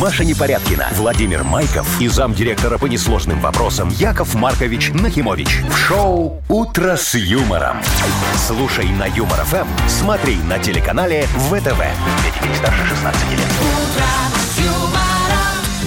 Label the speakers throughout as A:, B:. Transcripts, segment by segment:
A: Маша Непорядкина, Владимир Майков и замдиректора по несложным вопросам Яков Маркович Нахимович. В шоу «Утро с юмором». Слушай на Юмор ФМ, смотри на телеканале ВТВ. Для детей старше 16 лет.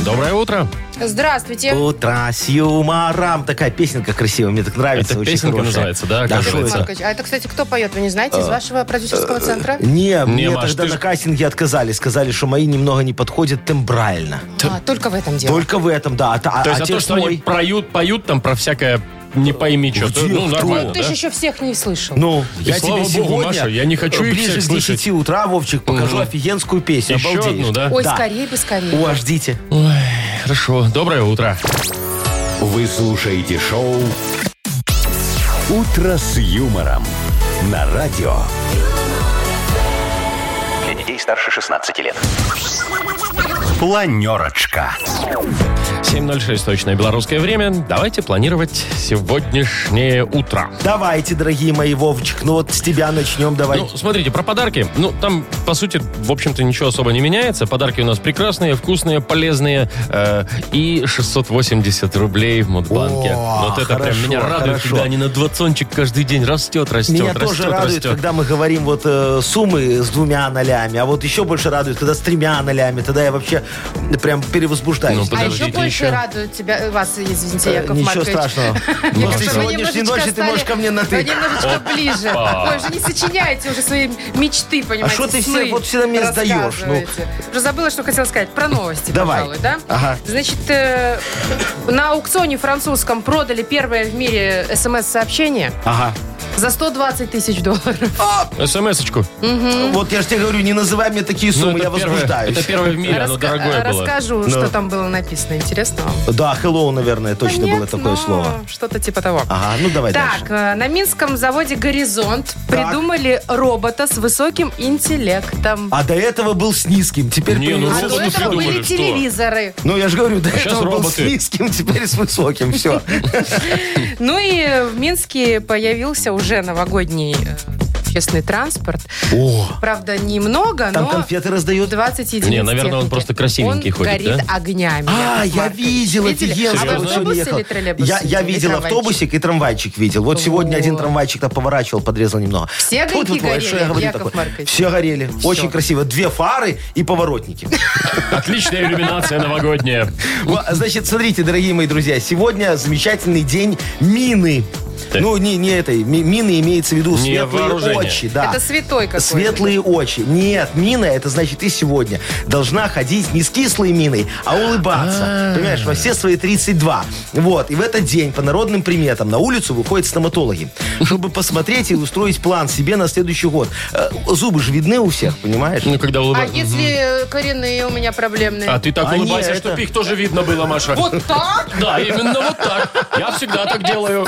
B: Доброе утро.
C: Здравствуйте.
D: Утро с юмором. Такая песенка красивая, мне так нравится.
B: Это
D: очень
B: песенка
D: хорошая.
B: называется, да,
D: шо
B: оказывается?
D: это?
C: Маркович, а это, кстати, кто поет, вы не знаете,
D: А,
C: из вашего
D: э,
C: продюсерского центра?
D: Не, мне
B: Маш,
D: тогда
B: ты ж-
D: на кастинге отказали. Сказали, что мои немного не подходят тембрально.
C: А, только в этом дело.
D: Только в этом, да. А, та-
B: То есть за
D: а
B: то,
D: текст
B: что
D: мой-
B: они проют, поют там про всякое не пойми что.
D: Где,
B: Ну,
D: кто?
B: нормально,
C: Ты
B: да?
C: же еще всех не слышал.
D: Ну,
B: И
D: я
B: слава
D: тебе
B: богу,
D: сегодня
B: Маша, я не хочу их
D: ближе
B: всех
D: к
B: слышать.
D: 10 утра, Вовчик, покажу
B: Мгм.
D: офигенскую песню.
B: Еще
D: Обалдеешь.
B: одну, да?
C: Ой,
D: да.
C: скорее бы, скорее.
D: О, ждите.
B: Ой, хорошо. Доброе утро.
A: Вы слушаете шоу «Утро с юмором» на радио. Для детей старше 16 лет. Планерочка.
B: 7.06 точное белорусское время. Давайте планировать сегодняшнее утро.
D: Давайте, дорогие мои, Вовчик, ну вот с тебя начнем, давай.
B: Ну, смотрите, про подарки. Ну, там, по сути, в общем-то, ничего особо не меняется. Подарки у нас прекрасные, вкусные, полезные. э, и 680 рублей в Мудбанке.
D: О,
B: вот это прям
D: хорошо,
B: меня радует,
D: хорошо.
B: когда они на двадцончик каждый день растет, растет,
D: Меня
B: растет,
D: тоже радует,
B: растет.
D: когда мы говорим вот э, суммы с двумя нолями, а вот еще больше радует, когда с тремя нолями, тогда я вообще э, прям перевозбуждаюсь.
B: Ну,
C: а
B: подождите
C: еще больше
B: еще.
C: радует тебя, вас, извините,
D: Э,
C: Яков
D: Ничего
C: Маркович.
D: страшного. Ну,
C: Я
D: После
C: просто
D: сегодняшней
C: немножечко
D: ночи ты можешь
C: стали-
D: ко мне на
C: Да,
D: ты.
C: Немножечко ближе.
B: Опа.
C: Ой, уже не сочиняйте уже свои мечты, понимаете,
D: шо А ты
C: сны
D: все- вот всегда мне сдаешь, ну?
C: рассказываете. Уже забыла, что хотела сказать. Про новости,
D: Давай.
C: пожалуй, да?
D: Ага.
C: Значит, э, на аукционе французском продали первое в мире смс-сообщение
D: Ага.
C: за 120 тысяч долларов.
B: СМС-очку.
D: Вот я же тебе говорю, не называй мне такие
B: Ну,
D: суммы, я
B: это первое-
D: возбуждаюсь.
B: Это первое в мире, оно
C: Раска-
B: ну, дорогое было. Ну.
C: Расскажу, что там было написано. Интересно вам?
D: Да, hello, наверное, точно
C: Да нет,
D: было такое
C: но
D: слово.
C: Что-то типа того.
D: Ага, ну давай дальше.
C: Так, э, на минском заводе «Горизонт»
D: Так.
C: придумали робота с высоким интеллектом.
D: А до этого был с низким, теперь
B: Не, ну
D: появился
B: робот
C: А до
D: с
B: роботов
C: этого
D: высоким.
B: придумали,
C: были
B: что?
C: телевизоры.
D: Ну, я же говорю, до
B: щас
D: этого был с
B: роботы.
D: низким, теперь с высоким. Все.
C: Ну и э, в Минске появился уже новогодний э, общественный транспорт.
D: О,
C: Правда, немного,
D: там
C: но
D: конфеты раздают.
C: 20 единиц
B: Не, наверное, он
C: техники.
B: просто красивенький
C: Он
B: ходит,
C: горит огнями.
D: А,
C: Яков
D: я
C: Маркович.
D: видел,
C: Видели?
D: офигенно.
C: А вы
B: Серьезно?
D: вот сегодня
C: автобус
D: ехал.
C: или троллейбус?
D: Я, я
C: Или
D: видел
C: трамвайчик?
D: автобусик и трамвайчик видел. Вот сегодня один
C: Вот.
D: трамвайчик-то поворачивал, подрезал немного.
C: Все
D: Тьфу,
C: огоньки
D: тьфу, тьфу, а что я
C: горели,
D: говорю
C: Яков
D: такое?
C: Маркович.
D: Все горели.
C: Всё.
D: Очень красиво. Две фары и поворотники.
B: Отличная иллюминация новогодняя.
D: Во, Значит, смотрите, дорогие мои друзья, сегодня замечательный день мины.
B: Так.
D: Ну, не, не этой. ми- Мины имеется в виду
B: Не
D: светлые
B: вооружение.
D: очи. Да.
C: Это святой какой-то.
D: Светлые очи. Нет, мина, это значит ты сегодня должна ходить не с кислой миной, а улыбаться. Понимаешь, во все свои 32. Вот. И в этот день по народным приметам на улицу выходят стоматологи, чтобы посмотреть и устроить план себе на следующий год. Э, Зубы же видны у всех, понимаешь?
B: Ну, когда
C: А
B: улыбаешься.
C: если э, коренные у меня проблемные?
B: А ты так
D: А не,
B: улыбайся,
D: это-
B: что пих тоже видно было, Маша.
C: Вот так?
B: Да, именно вот так. Я всегда так делаю.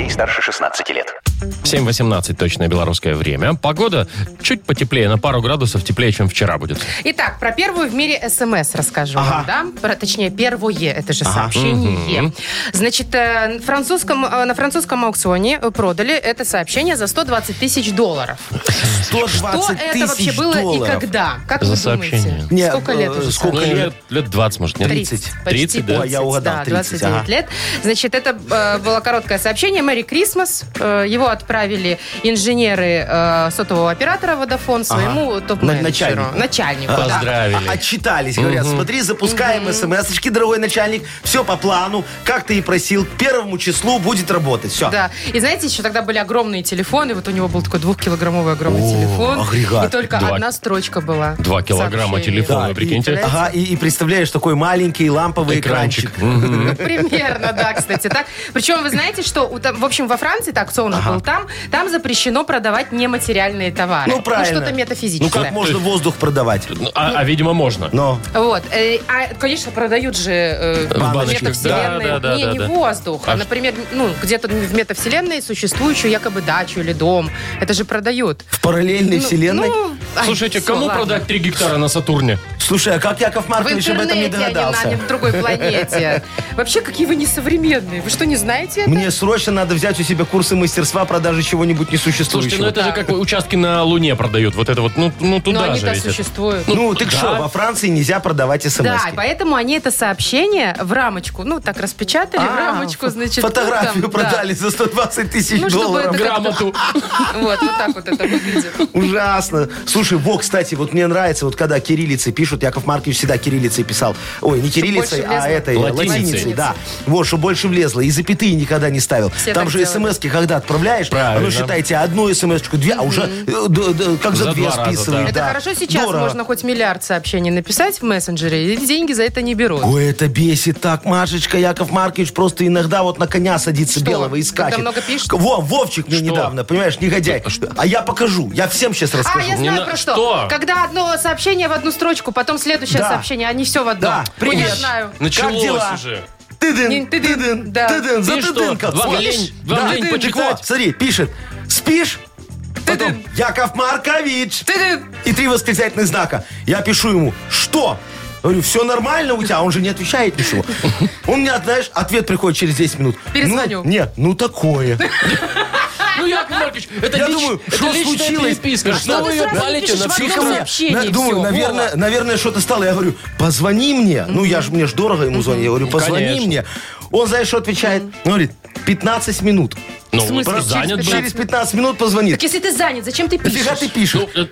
A: старше 16 лет.
B: 7.18 точное белорусское время. Погода чуть потеплее, на пару градусов теплее, чем вчера будет.
C: Итак, про первую в мире СМС расскажу
D: Ага.
C: вам, да? Про- точнее, первое, это же сообщение. Значит, э, на французском, э, на французском аукционе э, продали это сообщение за 120 тысяч долларов. Что
D: 120
C: это вообще
D: тысяч
C: было
D: долларов.
C: и когда? Как
B: За
C: вы думаете?
B: сообщение.
D: Не,
C: Сколько лет
D: э,
C: уже?
D: сколько
B: Ну,
C: сообщению?
B: лет, лет 20, может, нет?
C: 30. Почти
B: 30, да?
C: 30,
D: Ой, я угадал,
C: да,
D: 30,
C: 29
D: ага.
C: лет. Значит, это э, было короткое сообщение. Мэри Крисмас. Э, его отправили инженеры э, сотового оператора Водофон своему топ-менеджеру.
D: начальнику.
C: Начальнику, да.
B: Поздравили.
D: А- Отчитались, говорят, смотри, запускаем смс-очки, дорогой начальник, все по плану, как ты и просил, к первому числу будет работать, все.
C: Да. И знаете, еще тогда были огромные телефоны. Вот у него был такой двухкилограммовый огромный телефон.
D: агрегат.
C: И только
B: Два-
C: одна строчка была.
B: Два килограмма
C: Сообщение.
B: телефона, вы
D: и-
B: прикиньте.
D: Ага, и, и представляешь, такой маленький ламповый экранчик.
B: Экранчик. Мгм.
C: Ну, примерно, да, кстати. Так. Причем вы знаете, что, у там- в общем, во Франции, так, аукцион же был там, там запрещено продавать нематериальные товары.
D: Ну, правильно.
C: что-то
D: Ну,
C: метафизическое.
D: как можно воздух продавать?
B: Ну, А, а, видимо, можно.
D: Но.
C: Вот. Э, А, конечно, продают же э,
B: В баночках.
C: метавселенные.
B: Да, да, да,
C: не,
B: да,
C: не
B: да.
C: воздух, а,
B: А
C: например, ну, где-то в метавселенной существующую якобы дачу или дом. Это же продают.
D: В параллельной
C: Ну,
D: вселенной?
C: ну, ай,
B: Слушайте,
C: всё,
B: кому
C: ладно.
B: продать 3 гектара на Сатурне?
D: Слушай, а как Яков
C: В
D: Маркович об этом не
C: интернете, а не на не
D: догадался?
C: в другой планете. Вообще, какие вы несовременные. Вы что, не знаете это?
D: Мне срочно надо взять у себя курсы мастерства продажи чего-нибудь
B: Слушайте, ну
D: несуществующего.
B: это же как участки на Луне продают. Вот это вот, ну, ну
C: Но
B: туда же
C: они-то
B: ведь это.
C: существуют.
D: Ну, так
B: да.
D: что, во Франции нельзя продавать смс
C: Да, и поэтому они это сообщение в рамочку, ну, так распечатали, в рамочку, значит.
D: А,
C: там,
D: Фотографию
C: да.
D: продали за 120 тысяч
C: Ну, чтобы
D: долларов.
C: это как-то-
B: Грамоту.
C: Вот, вот так вот это выглядит.
D: Ужасно. Слушай, во, кстати, вот мне нравится, вот когда кириллицы пишут, Яков Маркович всегда кириллицей писал. Ой, не кириллицей,
C: больше влезло.
D: а этой,
B: Латиницей.
D: латиницей. да. Вот, что больше влезло. И запятые никогда не ставил.
C: Все
D: Там
C: так
D: же
C: делали.
D: смс-ки, когда отправляешь,
B: Правильно.
D: оно, считайте, одну смс-очку, две, а уже э, д- д- как за,
B: За
D: две
B: два раза,
D: списывают.
B: да.
C: Это
D: да.
C: хорошо сейчас
D: Здорово.
C: можно хоть миллиард сообщений написать в мессенджере, и деньги за это не берут.
D: Ой, это бесит так, Машечка, Яков Маркович просто иногда вот на коня садится
C: Что,
D: белого и
C: когда
D: скачет.
C: много пишет?
D: Во, Вовчик мне
B: Что?
D: недавно, понимаешь, негодяй. А я покажу, я всем сейчас
C: А,
D: расскажу.
C: я
B: Не
C: знаю
B: на-
C: про что.
B: что?
C: Когда одно сообщение в одну строчку, потом следующее
D: Да.
C: сообщение, они все в одном.
D: Да,
C: Ну, я
D: привет.
C: знаю.
B: Началось
D: дела?
B: уже.
D: Тыдын,
C: Не, тыдын,
D: тыдын,
C: да.
D: тыдын, за
B: И что?
D: тыдын, как
B: Вам
D: вот.
B: лень- вам лень
D: Так
B: почитать?
D: вот, смотри, пишет, спишь? Потом, Яков Маркович. И три восклицательных знака. Я пишу ему, что? Говорю, все нормально у тебя? Он же не отвечает ничего. Он мне, знаешь, ответ приходит через 10 минут.
C: Перезвоню.
D: Ну, нет, ну такое.
B: Ну, Яков Маркович, это
D: Я
B: лич-
D: думаю,
B: это
D: что
B: личная
D: случилось?
B: переписка.
D: Что
B: Что
C: Ну, ты
B: вы ее
C: сразу
B: палите
C: пишешь
B: на
C: в
B: всех
C: одном
B: руках?
C: сообщении
D: На- думаю,
C: всё.
D: наверное,
C: Вова.
D: наверное, что-то стало. Я говорю, позвони мне. Ну, я же, мне ж дорого ему звоню. Я говорю, позвони
B: Конечно.
D: мне. Он, знаешь, что отвечает? Он говорит, 15 минут.
B: Ну,
C: В смысле,
B: просто
C: через
B: занят был.
D: Через 15 минут позвонит.
C: Так если ты занят, зачем ты
D: Нафига
C: пишешь?
D: ты пишешь?
B: Ну, э,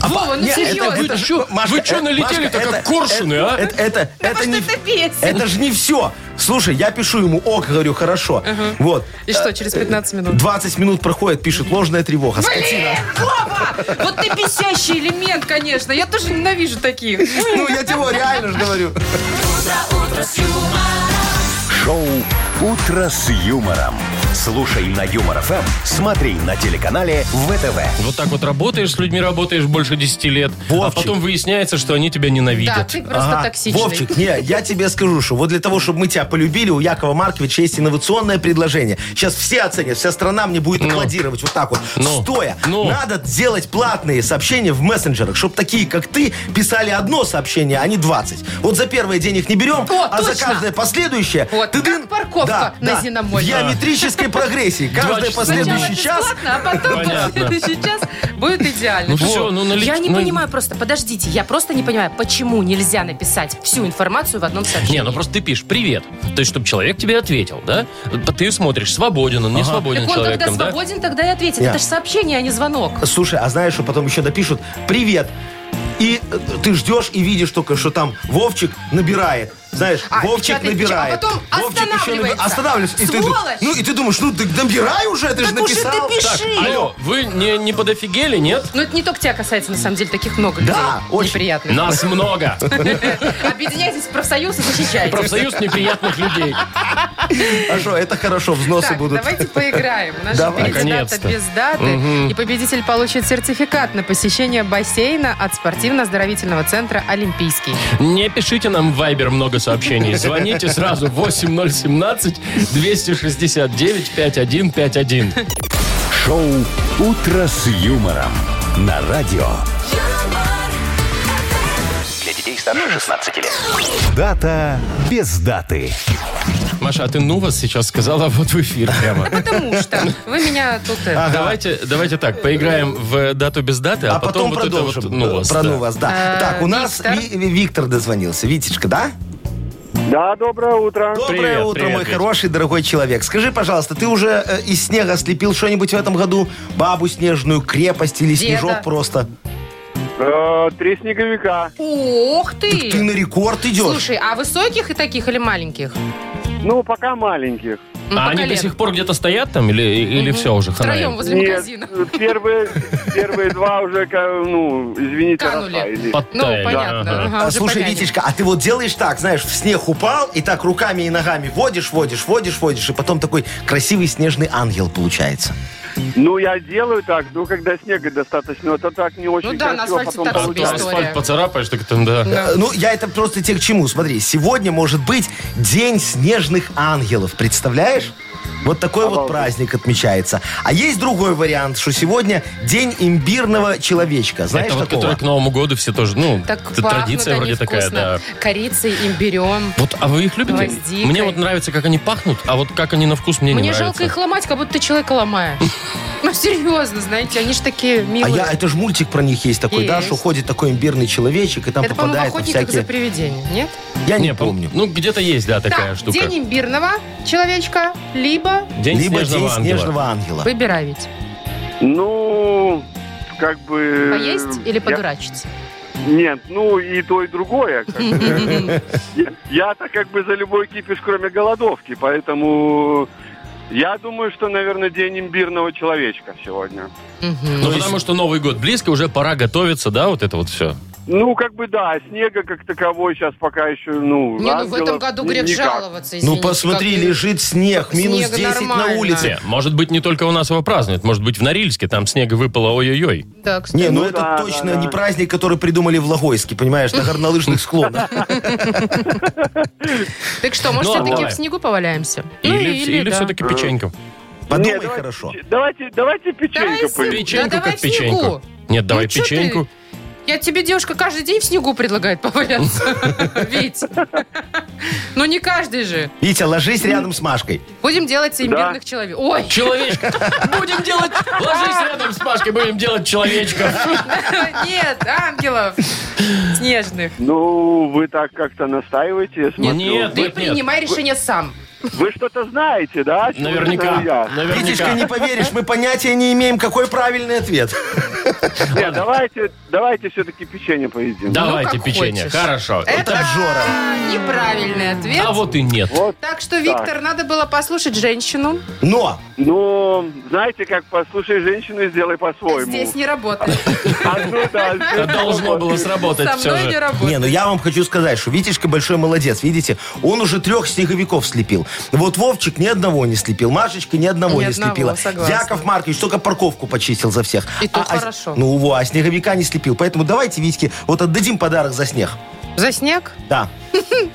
D: А
C: Вова,
D: па-
C: ну
D: не,
C: серьезно.
D: это- это
B: Вы
D: ж-
B: чё-
D: Машка,
B: вы чё
D: э,
B: налетели,
D: Машка,
B: как
D: это-
B: коршуны,
D: это-
B: а?
D: Это, это, это,
C: потому
D: не,
C: что это бесит.
D: это же не все. Слушай, я пишу ему, ок, говорю, хорошо. Вот.
C: И что, через 15 минут?
D: 20 минут проходит, пишет, ложная тревога.
C: Блин,
D: скотина.
C: Вова! Вот ты бесящий элемент, конечно. Я тоже ненавижу таких.
D: Ну, я тебе реально же говорю.
A: Шоу «Утро с юмором». Слушай на Юмор ФМ, смотри на телеканале ВТВ.
B: Вот так вот работаешь с людьми, работаешь больше 10 лет, а
D: Вовчик.
B: потом выясняется, что они тебя
C: Да,
B: ненавидят.
C: ты просто
D: Ага.
C: токсичный.
D: Вовчик, не, я тебе скажу, что вот для того, чтобы мы тебя полюбили, у Якова Марковича есть инновационное предложение. Сейчас все оценят, вся страна мне будет аплодировать вот так вот,
B: Ну.
D: стоя.
B: Ну.
D: Надо сделать платные сообщения в мессенджерах, чтобы такие, как ты, писали одно сообщение, а не 20. Вот за первое денег не берем,
C: О,
D: а за
C: точно.
D: каждое последующее...
C: Вот, как
D: тыдын,
C: парковка на
D: В
C: Зиномоле.
D: геометрической прогрессии. Каждый
B: часа.
C: Сначала
D: последующий час...
C: бесплатно, а потом
B: Понятно.
C: следующий час будет идеально.
B: Ну всё, ну налить-
C: Я не
B: ну-
C: понимаю просто, подождите, я просто не понимаю, почему нельзя написать всю информацию в одном сообщении.
B: Не, ну просто ты пишешь «Привет». То есть, чтобы человек тебе ответил, да? Ты смотришь, свободен он, не свободен
C: Так он,
B: человек
C: когда
B: там, да?
C: свободен, тогда и ответит.
D: Я.
C: Это же сообщение, а не звонок.
D: Слушай, а знаешь, что потом еще допишут? Привет. И э, ты ждешь и видишь только, что там Вовчик набирает. Знаешь,
C: А,
D: Вовчик
C: печатает,
D: набирает.
C: печатает, а потом
D: Вовчик еще
C: останавливается.
D: наби- останавливается. И ты, ду-
C: Сволочь!
D: ну, и ты думаешь, ну ты набирай уже, ты же
C: Так уже ты
D: написал.
C: пиши.
B: Так, алло, вы не, не подофигели, нет?
C: Ну, это не только тебя касается, на самом деле, таких много людей.
D: Да, очень.
C: Неприятных.
B: Нас много.
C: Объединяйтесь в профсоюз и защищайте.
B: Профсоюз неприятных людей.
D: Хорошо, это хорошо, взносы
C: Так,
D: будут.
C: давайте поиграем. У нас же
D: Давай.
C: впереди дата
B: Наконец-то.
C: без даты. И победитель получит сертификат на посещение бассейна от спортивно-оздоровительного центра «Олимпийский».
B: Не пишите нам в Viber много сообщений. Звоните сразу 8017-269-5151.
A: Шоу «Утро с юмором» на радио.
E: Для детей старше 16 лет.
A: Дата без даты.
B: Маша, а ты ну вас сейчас сказала вот в эфир прямо.
C: Потому что вы меня тут... э,
B: Давайте, давайте так, поиграем в дату без даты, а,
D: А потом,
B: вот это
D: продолжим.
B: вот ну вас.
D: Про
B: да.
D: ну вас, да.
C: А,
D: так, у нас
C: Виктор?
D: Ви- Виктор дозвонился. Витечка, да?
F: Да, доброе утро.
D: Доброе
B: Привет,
D: утро,
B: привет,
D: мой
B: Витя.
D: хороший, дорогой человек. Скажи, пожалуйста, ты уже э, из снега слепил что-нибудь в этом году? Бабу снежную, крепость или
C: Деда.
D: снежок просто?
F: Э, Три снеговика.
C: Ох
D: Ты
C: ты!
D: на рекорд идешь.
C: Слушай, а высоких и таких или маленьких?
F: Ну, пока маленьких.
C: Ну,
B: А
C: по
B: они до
C: колено.
B: сих пор где-то стоят там или, или все уже
C: Втроем
B: хана?
C: возле
F: Нет,
C: магазина.
F: первые, первые два уже, ка- ну, извините,
C: Канули.
F: растаяли.
C: Ну,
B: Подтаяли.
C: понятно.
B: Ага.
C: ага,
D: А,
C: уже
D: слушай,
C: помянем.
D: Витечка, а ты вот делаешь так, знаешь, в снег упал, и так руками и ногами водишь, водишь, водишь, водишь, и потом такой красивый снежный ангел получается.
F: Ну, я делаю так, ну, когда снега достаточно, это так не очень
C: Ну да, на
F: красиво
C: асфальте
F: потом
C: так
B: А
F: получается.
B: то
C: история.
B: асфальт поцарапаешь, так там, да.
D: Э, Ну, я это просто тебе к чему. Смотри, сегодня может быть День снежных ангелов, представляешь? Вот такой вот
F: Обалдеть.
D: праздник отмечается. А есть другой вариант, что сегодня день имбирного человечка. Знаешь
B: Это вот,
D: такого?
B: который к Новому году все тоже, ну,
C: Так
B: т-
C: пахнут
B: традиция
C: они
B: вроде такая,
C: вкусно.
B: да.
C: Корицей, имбирем.
B: Вот, а вы их любите?
C: Гвоздикой.
B: Мне вот нравится, как они пахнут, а вот как они на вкус мне, не
C: Мне
B: нравится.
C: жалко их ломать, как будто ты человека ломаешь. Ну, серьезно, знаете, они же такие
D: А
C: милые.
D: я, это же мультик про них есть такой, да,
C: Есть.
D: что ходит такой имбирный человечек, и там
C: Это, по-моему,
D: попадает на
C: охотник
D: всякие...
C: за привидением, нет?
D: Я не,
B: Не, по-
D: помню.
B: Ну, где-то есть, да, такая
C: так,
B: штука.
C: день имбирного человечка, либо
B: День
D: Либо
B: снежного
D: день
B: ангела.
D: снежного ангела.
C: выбирай ведь.
F: Ну, как
D: Э,
F: бы...
C: Поесть или
F: я-
C: подурачиться?
F: Нет, ну и то, и другое. как бы. Я- Я-то как бы за любой кипиш, кроме голодовки, поэтому... Я думаю, что, наверное, день имбирного человечка сегодня.
B: Ну, потому что Новый год близко, уже пора готовиться, да, вот это вот все.
F: Ну, как бы да, снега как таковой сейчас пока еще, ну,
C: Не, ну в этом
F: ангелов
C: году
F: ни-
C: грех
F: никак.
C: жаловаться,
D: Ну,
C: извините,
D: посмотри,
C: как-
D: лежит снег, минус
C: Снега
D: 10
C: нормально.
D: на улице.
B: может быть, не только у нас его празднуют, может быть, в Норильске там снега выпало, ой-ой-ой.
C: Да, кстати.
D: Не, ну,
F: Ну
D: это
F: да,
D: точно
F: да, да.
D: не праздник, который придумали в Логойске, понимаешь, на горнолыжных склонах.
C: Так что, может,
B: Ну, ладно,
C: все-таки
B: давай.
C: в снегу поваляемся? Ну,
B: Или, или
C: да.
B: все-таки печенька.
F: Не,
D: Подумай
F: Ну, давайте-
D: хорошо.
F: Давайте, давайте
C: Давай
F: печеньку
C: с-
F: поедим.
B: Печеньку
C: давай
B: как
C: в снегу. Ну,
B: печеньку. Нет, давай
C: чё ты?
B: печеньку.
C: Я тебе, девушка, каждый день в снегу предлагает поваляться. Ведь. Ну, не каждый же.
D: Витя, ложись рядом с Машкой.
C: Будем делать имбирных человек. Ой,
B: Человечка. Будем делать... Ложись рядом с Машкой, будем делать человечка.
C: нет, ангелов снежных.
F: Ну, вы так как-то настаиваете, я смотрю.
B: Нет,
C: ну, Ты
B: нет, нет.
C: принимай решение сам.
F: Вы что-то знаете, да? чего
B: Наверняка.
F: не знаю я?
D: Витечка,
B: Наверняка.
D: не поверишь, мы понятия не имеем, какой правильный ответ.
F: Нет, давайте, давайте все-таки печенье поедим.
B: Давайте
C: Ну, как
B: печенье.
C: хочешь.
B: Хорошо.
C: Это
D: обжора.
C: неправильный ответ.
B: А вот и нет.
F: Вот,
C: Так что, Виктор, надо было послушать женщину.
D: Но
F: ну, знаете, как послушай женщину и сделай по-своему.
C: Здесь не работает.
F: А, ну да, здесь
B: Это должно было сработать
C: Со
B: все
C: мной не
B: же.
C: работает.
D: Не, ну я вам хочу сказать, что Витечка большой молодец. Видите, он уже трех снеговиков слепил. Вот Вовчик ни одного не слепил, Машечка ни одного
C: Ни
D: не
C: одного,
D: слепила.
C: согласна.
D: Яков Маркович только парковку почистил за всех.
C: И то
D: А- а-
C: хорошо.
D: ну, во, а снеговика не слепил. Поэтому давайте Витьке вот отдадим подарок за снег.
C: За снег?
D: Да.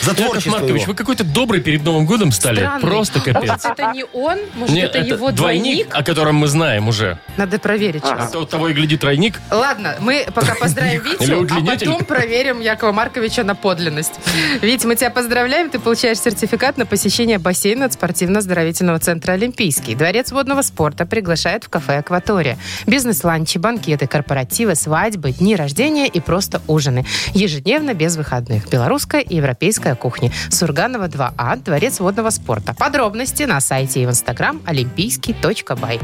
D: За
B: Яков
D: творчество
B: Маркович,
D: его.
B: вы какой-то добрый перед Новым годом стали.
C: Странный.
B: Просто
C: Может,
B: капец.
C: это не он? Может,
B: Нет,
C: это, его двойник?
B: о котором мы знаем уже.
C: Надо проверить
B: А
C: сейчас.
B: то того и гляди тройник.
C: Ладно, мы пока поздравим
B: Или
C: Витю, а
B: удлинитель.
C: потом проверим Якова Марковича на подлинность. Вить, мы тебя поздравляем. Ты получаешь сертификат на посещение бассейна от спортивно-оздоровительного центра «Олимпийский». Дворец водного спорта приглашает в кафе «Акватория». Бизнес-ланчи, банкеты, корпоративы, свадьбы, дни рождения и просто ужины. Ежедневно без выходных. Белорусская и европейская кухни. Сурганова 2А, Дворец водного спорта. Подробности на сайте и в инстаграм олимпийский.бай.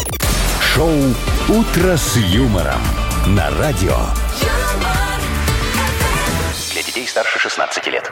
A: Шоу «Утро с юмором» на радио.
E: Для детей старше 16 лет.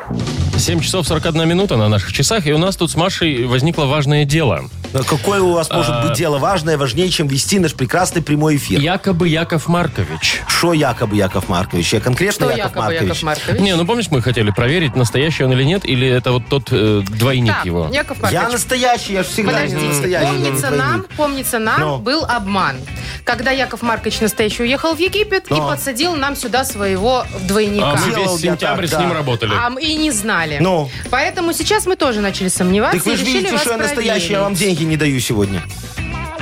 B: 7 часов 41 минута на наших часах, и у нас тут с Машей возникло важное дело.
D: А Какое у вас может быть дело важное, важнее, чем вести наш прекрасный прямой эфир?
B: Якобы Яков Маркович.
D: Что якобы Яков Маркович? Я конкретно
C: Что
D: Яков
C: якобы
D: Маркович?
C: Яков Маркович?
B: Не, ну помнишь, мы хотели проверить, настоящий он или нет, или это вот тот э, двойник
C: Так,
B: его.
C: Яков
D: Я
C: Маркович,
D: настоящий, я же всегда
C: Подождите,
D: настоящий.
C: помнится
D: двойник.
C: нам, помнится нам,
D: Ну.
C: был обман. Когда Яков Маркович настоящий уехал в Египет и
D: Ну.
C: подсадил нам сюда своего
B: А
C: двойника.
B: мы
D: Делал
B: весь
D: я
B: сентябрь
D: так,
B: с ним
D: да.
B: работали.
C: А мы и не знали.
D: Ну.
C: Поэтому сейчас мы тоже начали сомневаться
D: Так вы
C: и
D: же
C: решили
D: видите,
C: вас
D: что я настоящий,
C: проверить.
D: я вам деньги не даю сегодня.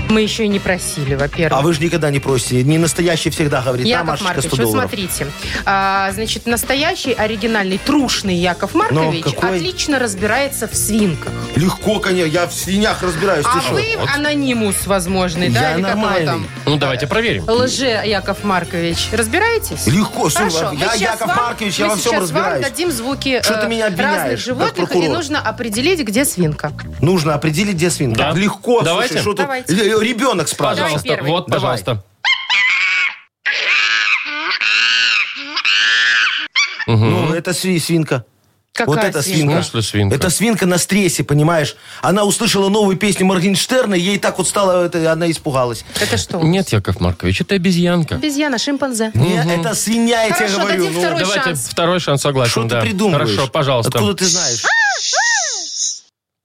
C: Мы еще и не просили, во-первых.
D: А вы же никогда не просите. Не настоящий всегда говорит, да,
C: Яков
D: Машечка, 100
C: Маркович, вот
D: долларов.
C: смотрите. А, значит, настоящий, оригинальный, трушный Яков Маркович
D: какой?
C: отлично разбирается в свинках.
D: Легко, конечно, я в свинях разбираюсь. ты
C: А
D: шо?
C: вы анонимус возможный, да?
D: Я
C: или как его
D: нормальный.
C: там?
B: Ну давайте проверим.
C: Лже, Яков Маркович. Разбираетесь?
D: Легко, слушай,
C: Хорошо,
D: я
C: мы сейчас
D: Яков
C: вам-
D: Маркович, я
C: мы
D: во всем
C: сейчас вам
D: разбираюсь.
C: дадим звуки
D: Что ты
C: э,
D: меня обвиняешь,
C: разных
D: как
C: животных, и
D: прокурор?
C: нужно определить, где свинка.
D: Нужно определить, где
B: Да.
D: свинка. Легко,
B: Давайте.
D: слушай, что тут
C: Давайте.
D: л- ребенок справился.
B: Пожалуйста,
C: первый.
B: вот,
D: Давай.
B: пожалуйста.
D: Ну, это сви- свинка.
C: Какая
D: вот это
C: свинка?
D: свинка.
B: В смысле свинка?
D: Это свинка на стрессе, понимаешь? Она услышала новую песню Моргенштерна, и ей так вот стало, это- она испугалась.
C: Это что?
B: Нет, Яков Маркович, это обезьянка.
C: Обезьяна, шимпанзе.
D: Не, это свинья, я тебе
C: Хорошо,
D: говорю.
C: дадим
D: ну.
C: второй
B: Давайте
C: шанс.
B: второй шанс, согласен.
D: Что
B: да.
D: ты придумываешь?
B: Хорошо, пожалуйста.
D: Откуда ты знаешь?
C: А,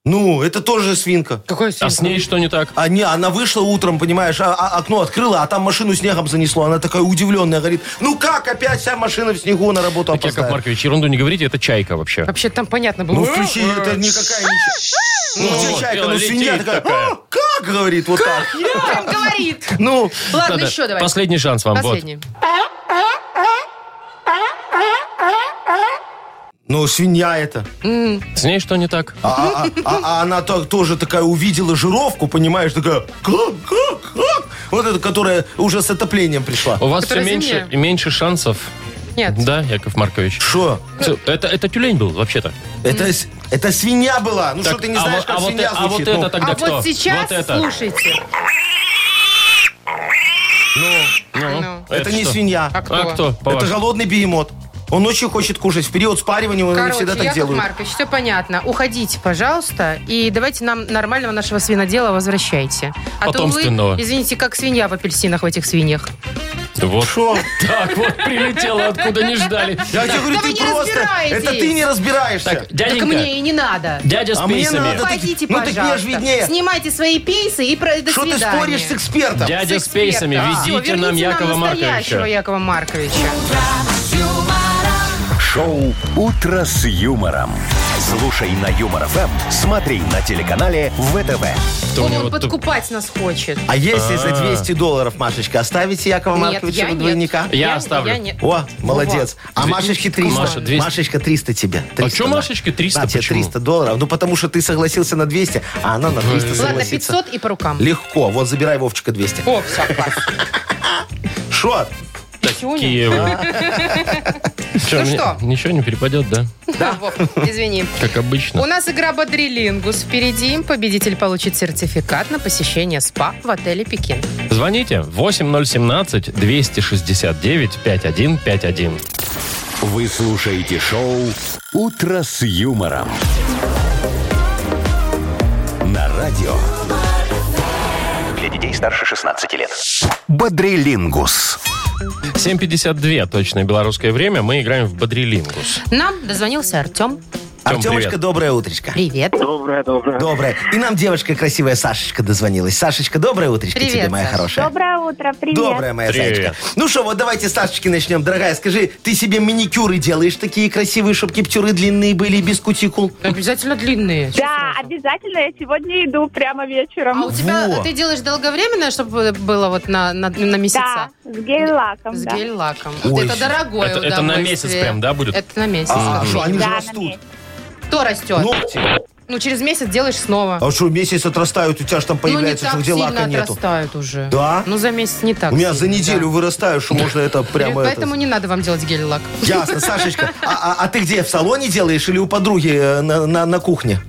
D: Ну, это тоже свинка.
C: Какой
B: А с ней что не так?
D: А не, она вышла утром, понимаешь, а- а- окно открыла, а там машину снегом занесло. Она такая удивленная, говорит, ну как опять вся машина в снегу на работу
B: Так, Яков
D: опоздает?»
B: Маркович, ерунду не говорите, это чайка вообще.
C: Вообще там понятно было.
D: Ну включи, это никакая ничего. Ну,
B: Ну,
D: где
C: А,
B: вот,
D: чайка, ну
B: летит
D: свинья такая,
B: такая.
D: «А, ка!» так говорит, вот так.
C: Прям говорит.
D: Ну,
C: Ладно,
B: Ладно,
C: еще давай.
B: Последний шанс вам. Вот.
C: Последний.
D: ну свинья это.
B: С ней что не так?
D: А, а- а- а она так тоже такая увидела жировку, понимаешь, такая, как, как, как? Вот эта, которая уже с отоплением пришла.
B: У вас все
C: Которая
B: меньше,
C: зимняя.
B: меньше шансов.
C: Нет.
B: Да, Яков Маркович?
D: Что?
B: Всё, Это, это тюлень был, вообще-то.
D: Это, с- это свинья была. Ну
B: Так,
D: что ты не
B: а
D: знаешь,
B: вот-
D: как
B: а вот
D: свинья
B: э- а вот
D: звучит?
B: это
D: Ну,
B: тогда
C: А
B: кто?
C: вот сейчас,
B: Вот это.
C: слушайте.
B: Ну,
D: это не
B: что?
D: свинья.
C: А кто?
B: А кто?
D: Это
B: по-вашему?
D: голодный бегемот. Он очень хочет кушать. В период спаривания он
C: Короче,
D: всегда так
C: Яков
D: делают.
C: Маркович, все понятно. Уходите, пожалуйста, и давайте нам нормального нашего свинодела возвращайте. А
B: Потомственного.
C: то вы, извините, как свинья в апельсинах в этих свиньях.
B: Вот
D: Шо?
B: так вот прилетело, откуда не ждали.
D: Я тебе говорю,
C: Да вы
D: ты
C: не
D: просто...
C: разбираетесь.
D: Это ты не разбираешься.
B: Так,
C: Так
B: дяденька,
C: мне и не надо.
B: дядя с
D: А мне
B: пейсами.
D: надо-
C: Уходите,
D: ну так мне ж
C: пожалуйста.
D: виднее.
C: Снимайте свои пейсы и про... до
D: Что ты
C: свидания.
D: споришь с экспертом?
B: Дядя с
C: С экспертом.
B: пейсами,
C: А, Всё,
B: везите нам
C: верните
B: Якова
C: настоящего
B: Марковича.
C: Якова Марковича.
A: Шоу «Утро с юмором». Слушай на Юмор ФМ, смотри на телеканале ВТВ.
B: То у
C: Он,
B: него
C: он
B: тут-
C: подкупать нас хочет.
D: А если за 200 долларов, Машечка, оставите Якова Марковича
C: я
D: в двойника?
B: Я оставлю.
C: я не-
D: О, молодец. А
B: Две-
D: Машечке 300.
B: Маша, 200.
D: Машечка 300 тебе. 300,
B: чё
D: на.
B: Машечке 300?
D: На тебе
B: Почему?
D: 300 долларов. Ну, потому что ты согласился на 200, а она на 300
C: Ладно,
D: согласится.
C: 500 и по рукам.
D: Легко. Вот, забирай Вовчика 200.
C: О, все, класс.
D: Шо?
B: Такие вы. Чё,
C: Ну
B: мне
C: что?
B: Ничего не перепадет, да?
C: Вов, извини.
B: Как обычно.
C: У нас игра «Бодрилингус» впереди. Победитель получит сертификат на посещение СПА в отеле «Пекин».
B: Звоните 8017-269-5151.
A: Вы слушаете шоу «Утро с юмором». На радио
E: Для детей старше 16 лет.
A: «Бодрилингус».
B: 7.52, точное белорусское время, мы играем в Бодрилингус.
C: Нам дозвонился Артем.
B: Тём,
D: Артемочка,
B: привет.
D: доброе утречко.
C: Привет.
F: Доброе, доброе.
D: Доброе. И нам девочка красивая Сашечка дозвонилась. Сашечка, доброе утречко
C: Привет,
D: тебе, моя
C: Саша.
D: хорошая.
G: Доброе утро, привет.
D: Доброе, моя
B: Привет.
D: зайчка. Ну что, вот давайте с Сашечки начнем. Дорогая, скажи, ты себе маникюры делаешь такие красивые, чтобы киптюры длинные были и без кутикул?
C: Обязательно длинные.
G: Да, обязательно я сегодня иду прямо вечером.
C: А у тебя
D: Во.
C: ты делаешь долговременное, чтобы было вот на, на, на
G: да,
C: месяца?
G: с гель-лаком,
C: С
G: да.
C: гель-лаком.
D: Ой.
C: Вот это дорогое
B: Это- это на месяц
C: удовольствие.
B: прям, да, будет?
C: Это на месяц.
D: А,
C: да.
D: что, они же
G: Да, на
D: растут.
G: месяц.
C: Кто растет? Ну,
D: Ногти.
C: через месяц делаешь снова.
D: А что, месяц отрастают, у тебя же там появляется,
C: ну, не
D: что
C: так
D: где
C: сильно
D: лака нету.
C: отрастают уже.
D: Да?
C: Ну, за месяц не так
D: У меня за
C: сильно,
D: неделю
C: да.
D: вырастаю, что можно это прямо... это-
C: Поэтому не надо вам делать гель-лак.
D: Ясно, Сашечка. А, а- а ты где, в салоне делаешь или у подруги э, на, на- на кухне?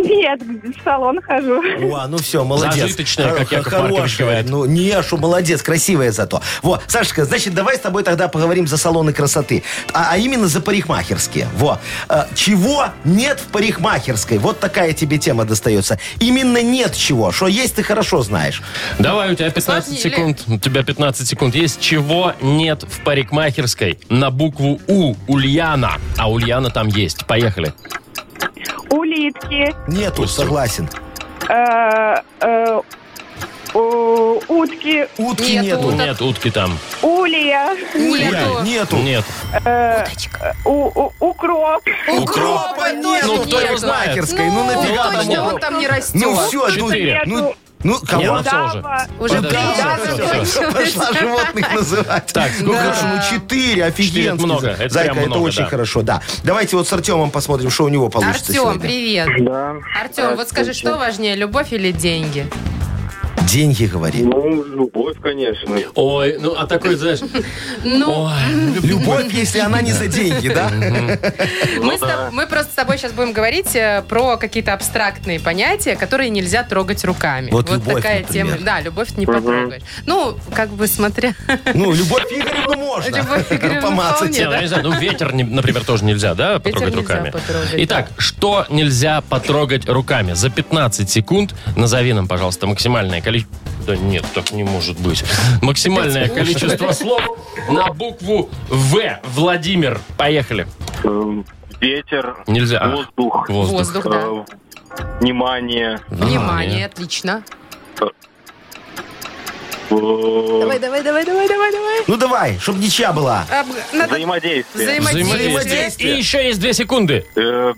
G: Нет, в салон хожу.
D: О, ну все, молодец.
B: Зажиточная, как
D: Хо-
B: Яков
D: хорошая.
B: Маркович говорит.
D: Ну, не, что молодец, красивая зато. Вот, Сашечка, значит, давай с тобой тогда поговорим за салоны красоты. А, а именно за парикмахерские. Во. Э, чего нет в парикмахерской? Вот такая тебе тема достается. Именно нет чего. Что есть, ты хорошо знаешь.
B: Давай, у тебя 15
C: Сложнее.
B: секунд. У тебя 15 секунд есть. Чего нет в парикмахерской на букву У Ульяна. А Ульяна там есть. Поехали.
G: Улитки,
D: Нету, согласен.
G: э, э, у- утки,
D: Утки
C: Нету.
D: нету.
C: Ну, так-
B: Нет, утки там.
G: улья,
D: Улья,
C: Нету.
D: Нету.
B: Нет.
G: э, у- у- укроп.
D: Укропа нету
B: Ну,
D: в
B: кто его знает?
D: парикмахерской. Ну, нафига
B: там
C: точно,
D: укроп?
C: он там не растет.
D: Ну все, ну,
B: Четыре.
D: ну, ну, кого
B: Нет, всё уже.
G: Жаба.
C: Уже
B: Подожди,
C: три
B: всё,
C: раза
B: всё, всё.
C: точно.
D: Пошла животных называть.
B: Так, сколько
D: Да,
B: же?
D: Ну, четыре,
B: Четыре,
D: офигенно.
B: это много, это
D: Зайка,
B: прям
D: это
B: много,
D: очень
B: да.
D: хорошо, да. Давайте вот с Артемом посмотрим, что у него получится
C: Артем,
D: сегодня.
C: привет.
F: Да.
C: Артем, вот скажи, что важнее, любовь или деньги?
D: Деньги, говори.
F: Ну, любовь, конечно.
B: Ой, ну а такой, знаешь...
C: Ну,
B: Ой,
D: Любовь, если она не за деньги, да?
C: мы, с тоб- мы просто с тобой сейчас будем говорить э, про какие-то абстрактные понятия, которые нельзя трогать руками.
D: Вот любовь,
C: такая
D: например.
C: тема. Да, любовь не потрогаешь. Ну, как бы смотря...
D: Ну, Любовь Игоревну можно.
C: Любовь Игоревну
D: Помацать.
C: вполне.
B: не, ну, я не знаю, ну ветер, не- например, тоже нельзя, да, потрогать
C: нельзя
B: руками?
C: потрогать,
B: Итак, что нельзя потрогать руками? За 15 секунд назови нам, пожалуйста, максимальное количество... Да нет, так не может быть. Максимальное количество слов на букву В. Владимир. Поехали.
F: Эм, Ветер,
B: Нельзя. А,
F: воздух,
B: Воздух.
C: Воздух, да.
F: э, внимание,
C: Внимание, отлично.
F: э,
G: Давай, давай, давай, давай, давай, давай.
D: Ну, давай, чтобы ничья была.
C: Об- Надо
F: взаимодействие,
B: Взаимодействие.
D: Взаимодействие.
B: И еще есть 2 секунды.
F: э,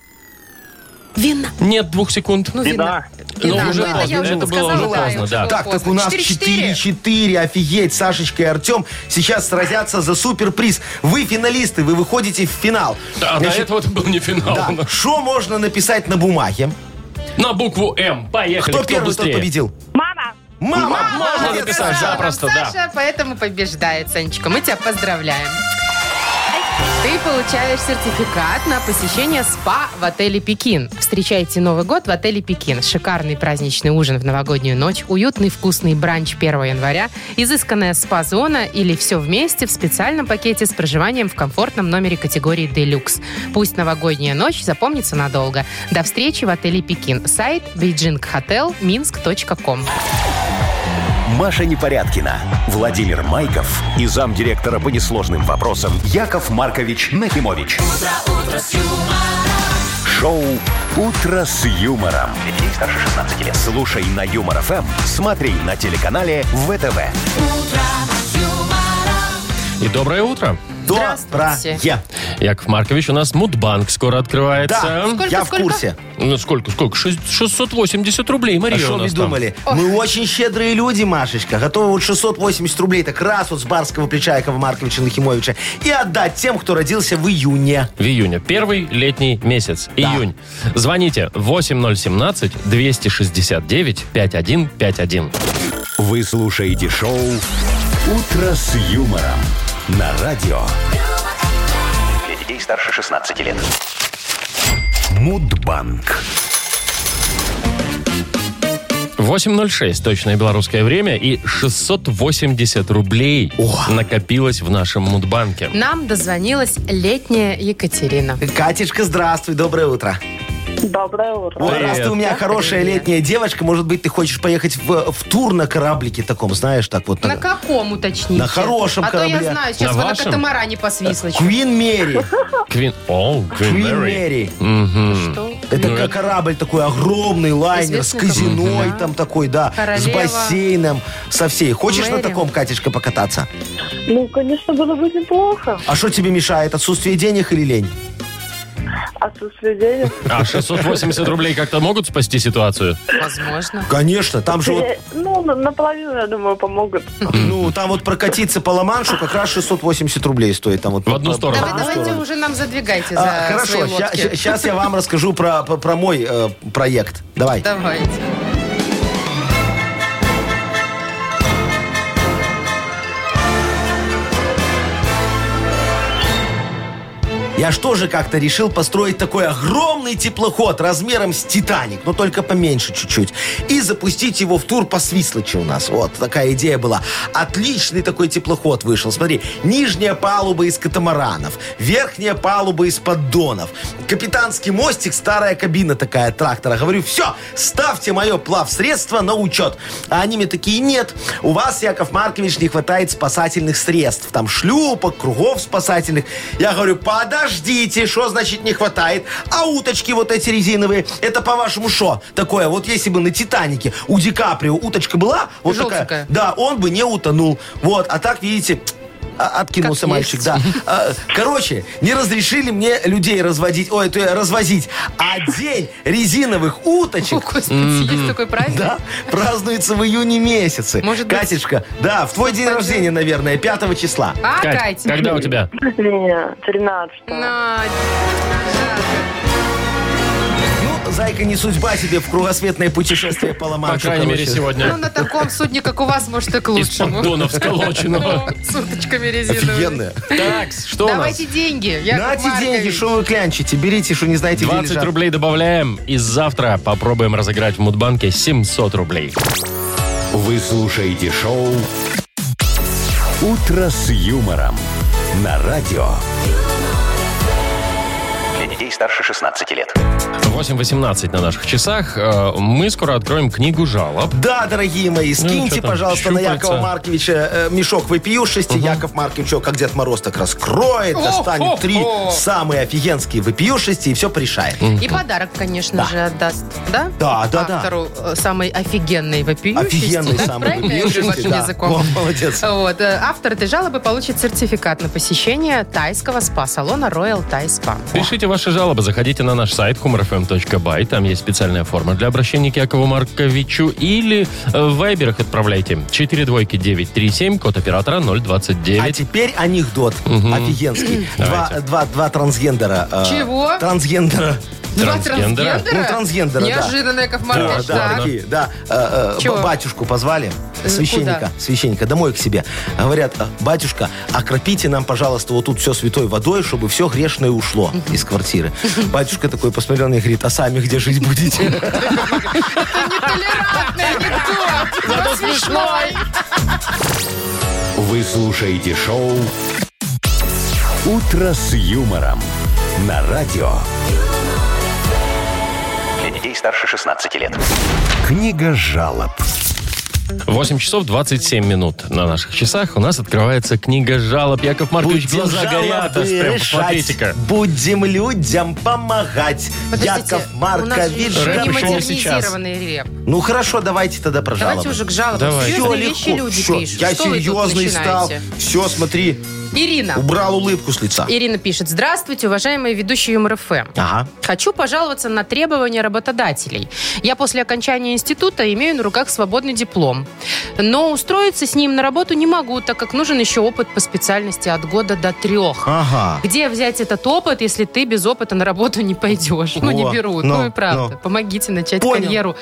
C: Вина.
B: Нет двух секунд.
C: Ну, вина.
F: вина,
C: Не
B: Ну,
C: надо.
B: уже
C: Это
B: поздно.
C: я уже
B: Это было уже
C: сказала, да,
B: поздно,
C: уже
B: да.
C: было.
D: А Так, так у нас
H: 4-4.
D: 4-4. Офигеть, Сашечка и Артем сейчас сразятся за суперприз. Вы финалисты, вы выходите в финал.
B: Да, а до
D: Значит,
B: этого это был не финал.
D: да, Что можно написать на бумаге?
B: На букву М. Поехали.
D: Кто,
B: Кто,
D: первый,
B: быстрее?
D: тот победил?
G: Мама,
D: Мама!
B: Мама
D: молодец,
B: написала,
D: Саша.
B: запросто, да.
C: Саша, поэтому побеждает, Санечка. Мы тебя поздравляем. Ты получаешь сертификат на посещение СПА в отеле «Пекин». Встречайте Новый год в отеле «Пекин». Шикарный праздничный ужин в новогоднюю ночь, уютный вкусный бранч 1 января, изысканная спа-зона или все вместе в специальном пакете с проживанием в комфортном номере категории «Делюкс». Пусть новогодняя ночь запомнится надолго. До встречи в отеле «Пекин». Сайт beijinghotelminsk.com
A: Маша Непорядкина, Владимир Майков и замдиректора по несложным вопросам Яков Маркович Нахимович. Шоу Утро с юмором. Для детей старше 16 лет. Слушай на юмор ФМ, смотри на телеканале ВТВ.
B: И доброе утро.
C: Здравствуйте.
D: Доброе.
B: Яков Маркович, у нас Мудбанк скоро
D: Да,
B: открывается.
C: Сколько,
D: я в
C: сколько?
D: курсе.
B: Ну, сколько, сколько? Шесть- 680 рублей, Мария,
D: А
B: у
D: что вы
B: нас там.
D: думали? Мы очень щедрые люди, Машечка. Готовы вот 680 рублей так раз вот с барского плеча Якова Марковича Нахимовича и отдать тем, кто родился в июне.
B: В июне. Первый летний месяц. Июнь. Звоните 8017-269-5151.
A: Вы слушаете шоу Утро с юмором на радио
E: Для детей старше 16 лет.
A: Мудбанк.
B: 8.06, точное белорусское время, и 680 рублей накопилось в нашем Мудбанке.
C: Нам дозвонилась летняя Екатерина.
D: Катюшка, здравствуй, доброе утро.
G: доброе утро.
D: Вот Ну, раз ты у меня хорошая
C: Привет.
D: летняя девочка, может быть, ты хочешь поехать в, в тур на кораблике таком, знаешь, так вот.
C: На каком уточните?
D: На хорошем
C: А то
D: корабле.
C: я знаю, сейчас
B: На
C: вы на
B: вашем?
C: катамаране посвисли.
D: Квин Мэри.
B: Квин... О, Квин Мэри.
D: Квин Мэри.
B: Мгм.
C: Что?
D: Это
B: Ну,
D: как
B: это-
D: корабль такой огромный лайнер с
C: Известный корабль,
D: казино
C: да.
D: там такой, да, с
C: Королева.
D: бассейном, со всей. Хочешь на
C: Мэри.
D: таком, Катюшка, покататься?
G: Ну, конечно, было бы неплохо.
D: А что тебе мешает? Отсутствие денег или лень?
G: Отсутствие денег.
B: А 680 рублей как-то могут спасти ситуацию?
C: Возможно.
D: Конечно, там же вот,
G: Ну, на- наполовину, я думаю, помогут.
D: ну, там вот прокатиться по Ла-Маншу как раз 680 рублей стоит. Там вот,
B: В одну сторону.
C: Давай, давайте уже нам задвигайте за
D: А, хорошо,
C: свои лодки.
D: сейчас я вам расскажу про, про, про мой э, проект. Давай.
C: Давайте.
D: Я что же как-то решил построить такой огромный теплоход размером с Титаник, но только поменьше чуть-чуть, и запустить его в тур по Свислочи у нас. Вот такая идея была. Отличный такой теплоход вышел. Смотри, нижняя палуба из катамаранов, верхняя палуба из поддонов, капитанский мостик, старая кабина такая трактора. Говорю, все, ставьте мое плавсредство на учет. А они мне такие, нет, у вас, Яков Маркович, не хватает спасательных средств. Там шлюпок, кругов спасательных. Я говорю, подождите, что значит не хватает? А уточки вот эти резиновые, это по-вашему что такое? Вот если бы на Титанике у Ди Каприо уточка была, вот
C: Желтенькая.
D: такая, да, он бы не утонул. Вот, а так, видите, а- Откинулся
C: Как
D: мальчик,
C: есть.
D: да. А, Короче, не разрешили мне людей разводить, ой, то я развозить. А день резиновых
C: О,
D: уточек
C: Господи, есть такой праздник?
D: да, празднуется в июне месяце.
C: Может быть.
D: Катечка, да, в твой день
C: Пойдем.
D: рождения, наверное, 5 числа.
C: А, ну,
B: Кать,
C: Кать?
B: когда у тебя?
G: Меня 13
C: На- жалко.
D: Ну, зайка, не судьба тебе в кругосветное путешествие по
B: По
D: Ла-Маншу,
B: крайней мере,
D: короче.
C: Ну,
B: сегодня.
C: на таком судне, как у вас, может, и к
B: Из
C: лучшему.
B: поддонов сколоченного.
C: Ну, С уточками резиновыми.
D: Офигенная.
B: Так, что у нас?
C: Давайте деньги, Яков
D: Нате деньги,
C: Маркович.
D: что вы клянчите, берите, что не знаете, где
B: 20
D: лежат.
B: рублей добавляем, и завтра попробуем разыграть в Мудбанке 700 рублей.
A: Вы слушаете шоу Утро с юмором на радио.
E: Для детей старше 16 лет.
B: 8.18 на наших часах. Э, Мы скоро откроем книгу жалоб.
D: Да, дорогие мои,
B: чё
D: скиньте,
B: Ну, там,
D: пожалуйста, на
B: щупальца?
D: Якова Марковича э, мешок вопиюшести. Яков Маркович, его как Дед Мороз, так раскроет,
C: О, о,
D: достанет три
C: о.
D: самые офигенские вопиюшести и все пришает.
C: И подарок, конечно же, отдаст, да?
D: Да, да, да.
C: Автору э, самой офигенной вопиющести.
D: Офигенный
C: да?
D: самый
C: Правильно я говорю
D: вопиюшести,
C: вашим
D: да.
C: языком?
D: О, молодец. А
C: Вот. э, Автор этой жалобы получит сертификат на посещение тайского спа-салона Royal Thai Spa.
B: Пишите ваши жалобы, заходите на наш сайт humorfm.by. Там есть специальная форма для обращения к Якову Марковичу. Или э, в вайберах отправляйте. 4 двойки 937, код оператора 029.
D: А теперь анекдот офигенский. Два, два, два трансгендера. э,
C: Чего?
D: Трансгендера.
C: Два
B: Трансгендера?
D: Ну, трансгендера, да.
C: Неожиданно, Яков
D: Да,
C: Маркович.
D: да,
C: так.
D: такие, да. Э, э,
C: Чего? Э,
D: б- Батюшку позвали, священника,
C: куда?
D: священника, домой к себе. Говорят, «А, батюшка, окропите нам, пожалуйста, вот тут все святой водой, чтобы все грешное ушло из квартиры. Батюшка такой посмотрел на них и говорит, а сами где жить будете?
C: Нетолерантный анекдот. но смешной.
A: Вы слушаете шоу «Утро с юмором» на радио.
E: Для детей старше 16 лет.
A: Книга жалоб.
B: 8 часов 27 минут на наших часах. У нас открывается книга жалоб. Яков Маркович, глаза
D: жалобы
B: горят. аж Прям,
D: решать.
B: посмотрите-ка.
D: Будем людям помогать.
C: Подождите,
D: Яков
C: у нас же
D: Маркович.
C: еще
B: Рэп
C: не
B: еще не сейчас.
C: модернизированный реп.
D: Ну хорошо, давайте тогда про
C: Давайте
D: жалобы.
C: уже к жалобам.
B: Давай.
D: Всё
C: Серьезные вещи
D: легко.
C: люди
D: Всё,
C: пишут.
D: Я
C: Что вы тут
D: серьезный стал.
C: начинаете?
D: Все, смотри,
C: Ирина.
D: убрал улыбку с лица.
C: Ирина пишет. Здравствуйте, уважаемые ведущие Юмор ФМ.
D: Ага.
C: Хочу пожаловаться на требования работодателей. Я после окончания института имею на руках свободный диплом. Но устроиться с ним на работу не могу, так как нужен еще опыт по специальности от года до трех.
D: А? Ага.
C: Где взять этот опыт, если ты без опыта на работу не пойдешь? Ну, не
D: Во,
C: берут.
D: ну,
C: Ну, и правда.
D: ну.
C: Помогите начать
D: Понял.
C: карьеру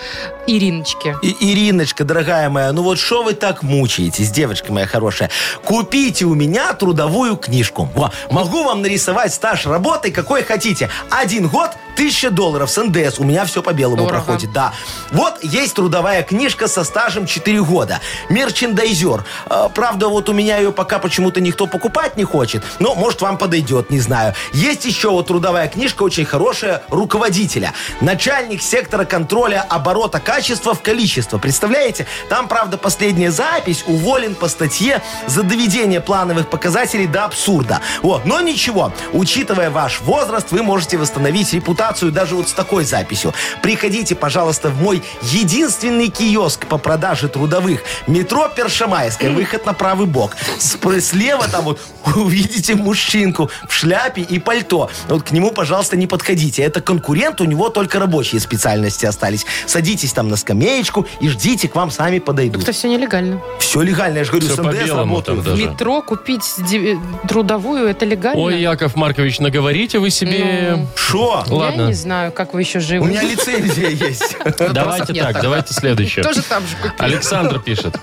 C: Ириночки.
D: И, Ириночка, дорогая моя, ну вот что вы так мучаетесь, девочка моя хорошая? Купите у меня трудовую книжку. Во, могу вам нарисовать стаж работы, какой хотите. Один год, тысяча долларов с НДС. У меня все по белому
C: Дорого.
D: проходит, да. Вот есть трудовая книжка со стажем 4 года. Мерчендайзер. Э, Правда, вот у меня ее пока почему-то никто покупать не хочет. Но, может, вам подойдет, не знаю. Есть еще вот трудовая книжка очень хорошая руководителя. Начальник сектора контроля оборота качества в количество. Представляете? Там, правда, последняя запись. Уволен по статье за доведение плановых показателей до абсурда. О, но ничего. Учитывая ваш возраст, вы можете восстановить репутацию даже вот с такой записью. Приходите, пожалуйста, в мой единственный киоск по продаже трудовых. Метро Першамайская, выход на правый бок. Спр- Слева там вот увидите мужчинку в шляпе и пальто. Вот к нему, пожалуйста, не подходите. Это конкурент, у него только рабочие специальности остались. Садитесь там на скамеечку и ждите, к вам сами подойдут.
C: Это все нелегально.
D: Все легально, я же говорю,
B: Всё
D: с НДС
B: по-белому там
D: работаю.
B: даже.
C: Метро купить ди- трудовую, это легально?
B: Ой, Яков Маркович, наговорите вы себе.
D: Шо?
B: Ладно.
C: Ну, Я не знаю, как вы еще
D: У
C: живы.
D: меня лицензия есть.
B: Давайте
C: нет.
B: так, давайте следующее.
C: Тоже там же купили.
B: Александр пишет.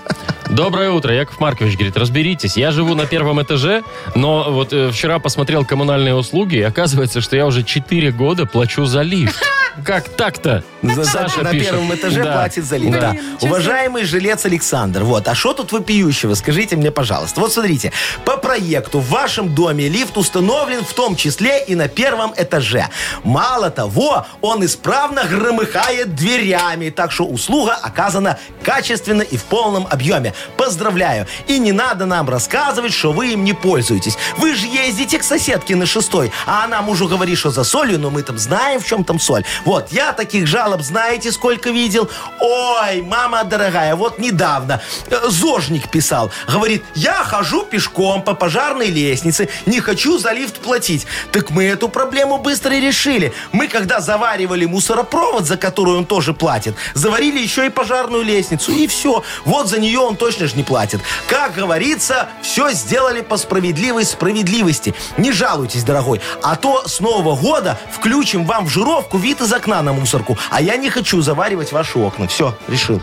B: Доброе утро, Яков Маркович говорит, разберитесь. Я живу на первом этаже, но вот э, вчера посмотрел коммунальные услуги, и оказывается, что я уже 4 года плачу за лифт. Как так-то?
D: За- за-
B: Саша
D: на
B: пишет.
D: первом этаже
B: Да.
D: платит за лифт.
B: Да.
D: Да. Уважаемый жилец Александр, вот, а что тут вопиющего, скажите мне, пожалуйста. Вот смотрите, по проекту в вашем доме лифт установлен в том числе и на первом этаже. Мало того, он исправно громыхает дверями, так что услуга оказана качественно и в полном объеме. Поздравляю. И не надо нам рассказывать, что вы им не пользуетесь. Вы же ездите к соседке на шестой, а она мужу говорит, что за солью, но мы там знаем, в чем там соль. Вот, я таких жалоб, знаете, сколько видел? Ой, мама дорогая, вот недавно э, Зожник писал. Говорит, я хожу пешком по пожарной лестнице, не хочу за лифт платить. Так мы эту проблему быстро и решили. Мы, когда заваривали мусоропровод, за которую он тоже платит, заварили еще и пожарную лестницу, и все. Вот за нее он точно же не платит. Как говорится, все сделали по справедливой справедливости. Не жалуйтесь, дорогой, а то с Нового года включим вам в жировку вид из окна на мусорку, а я не хочу заваривать ваши окна. Все, решил.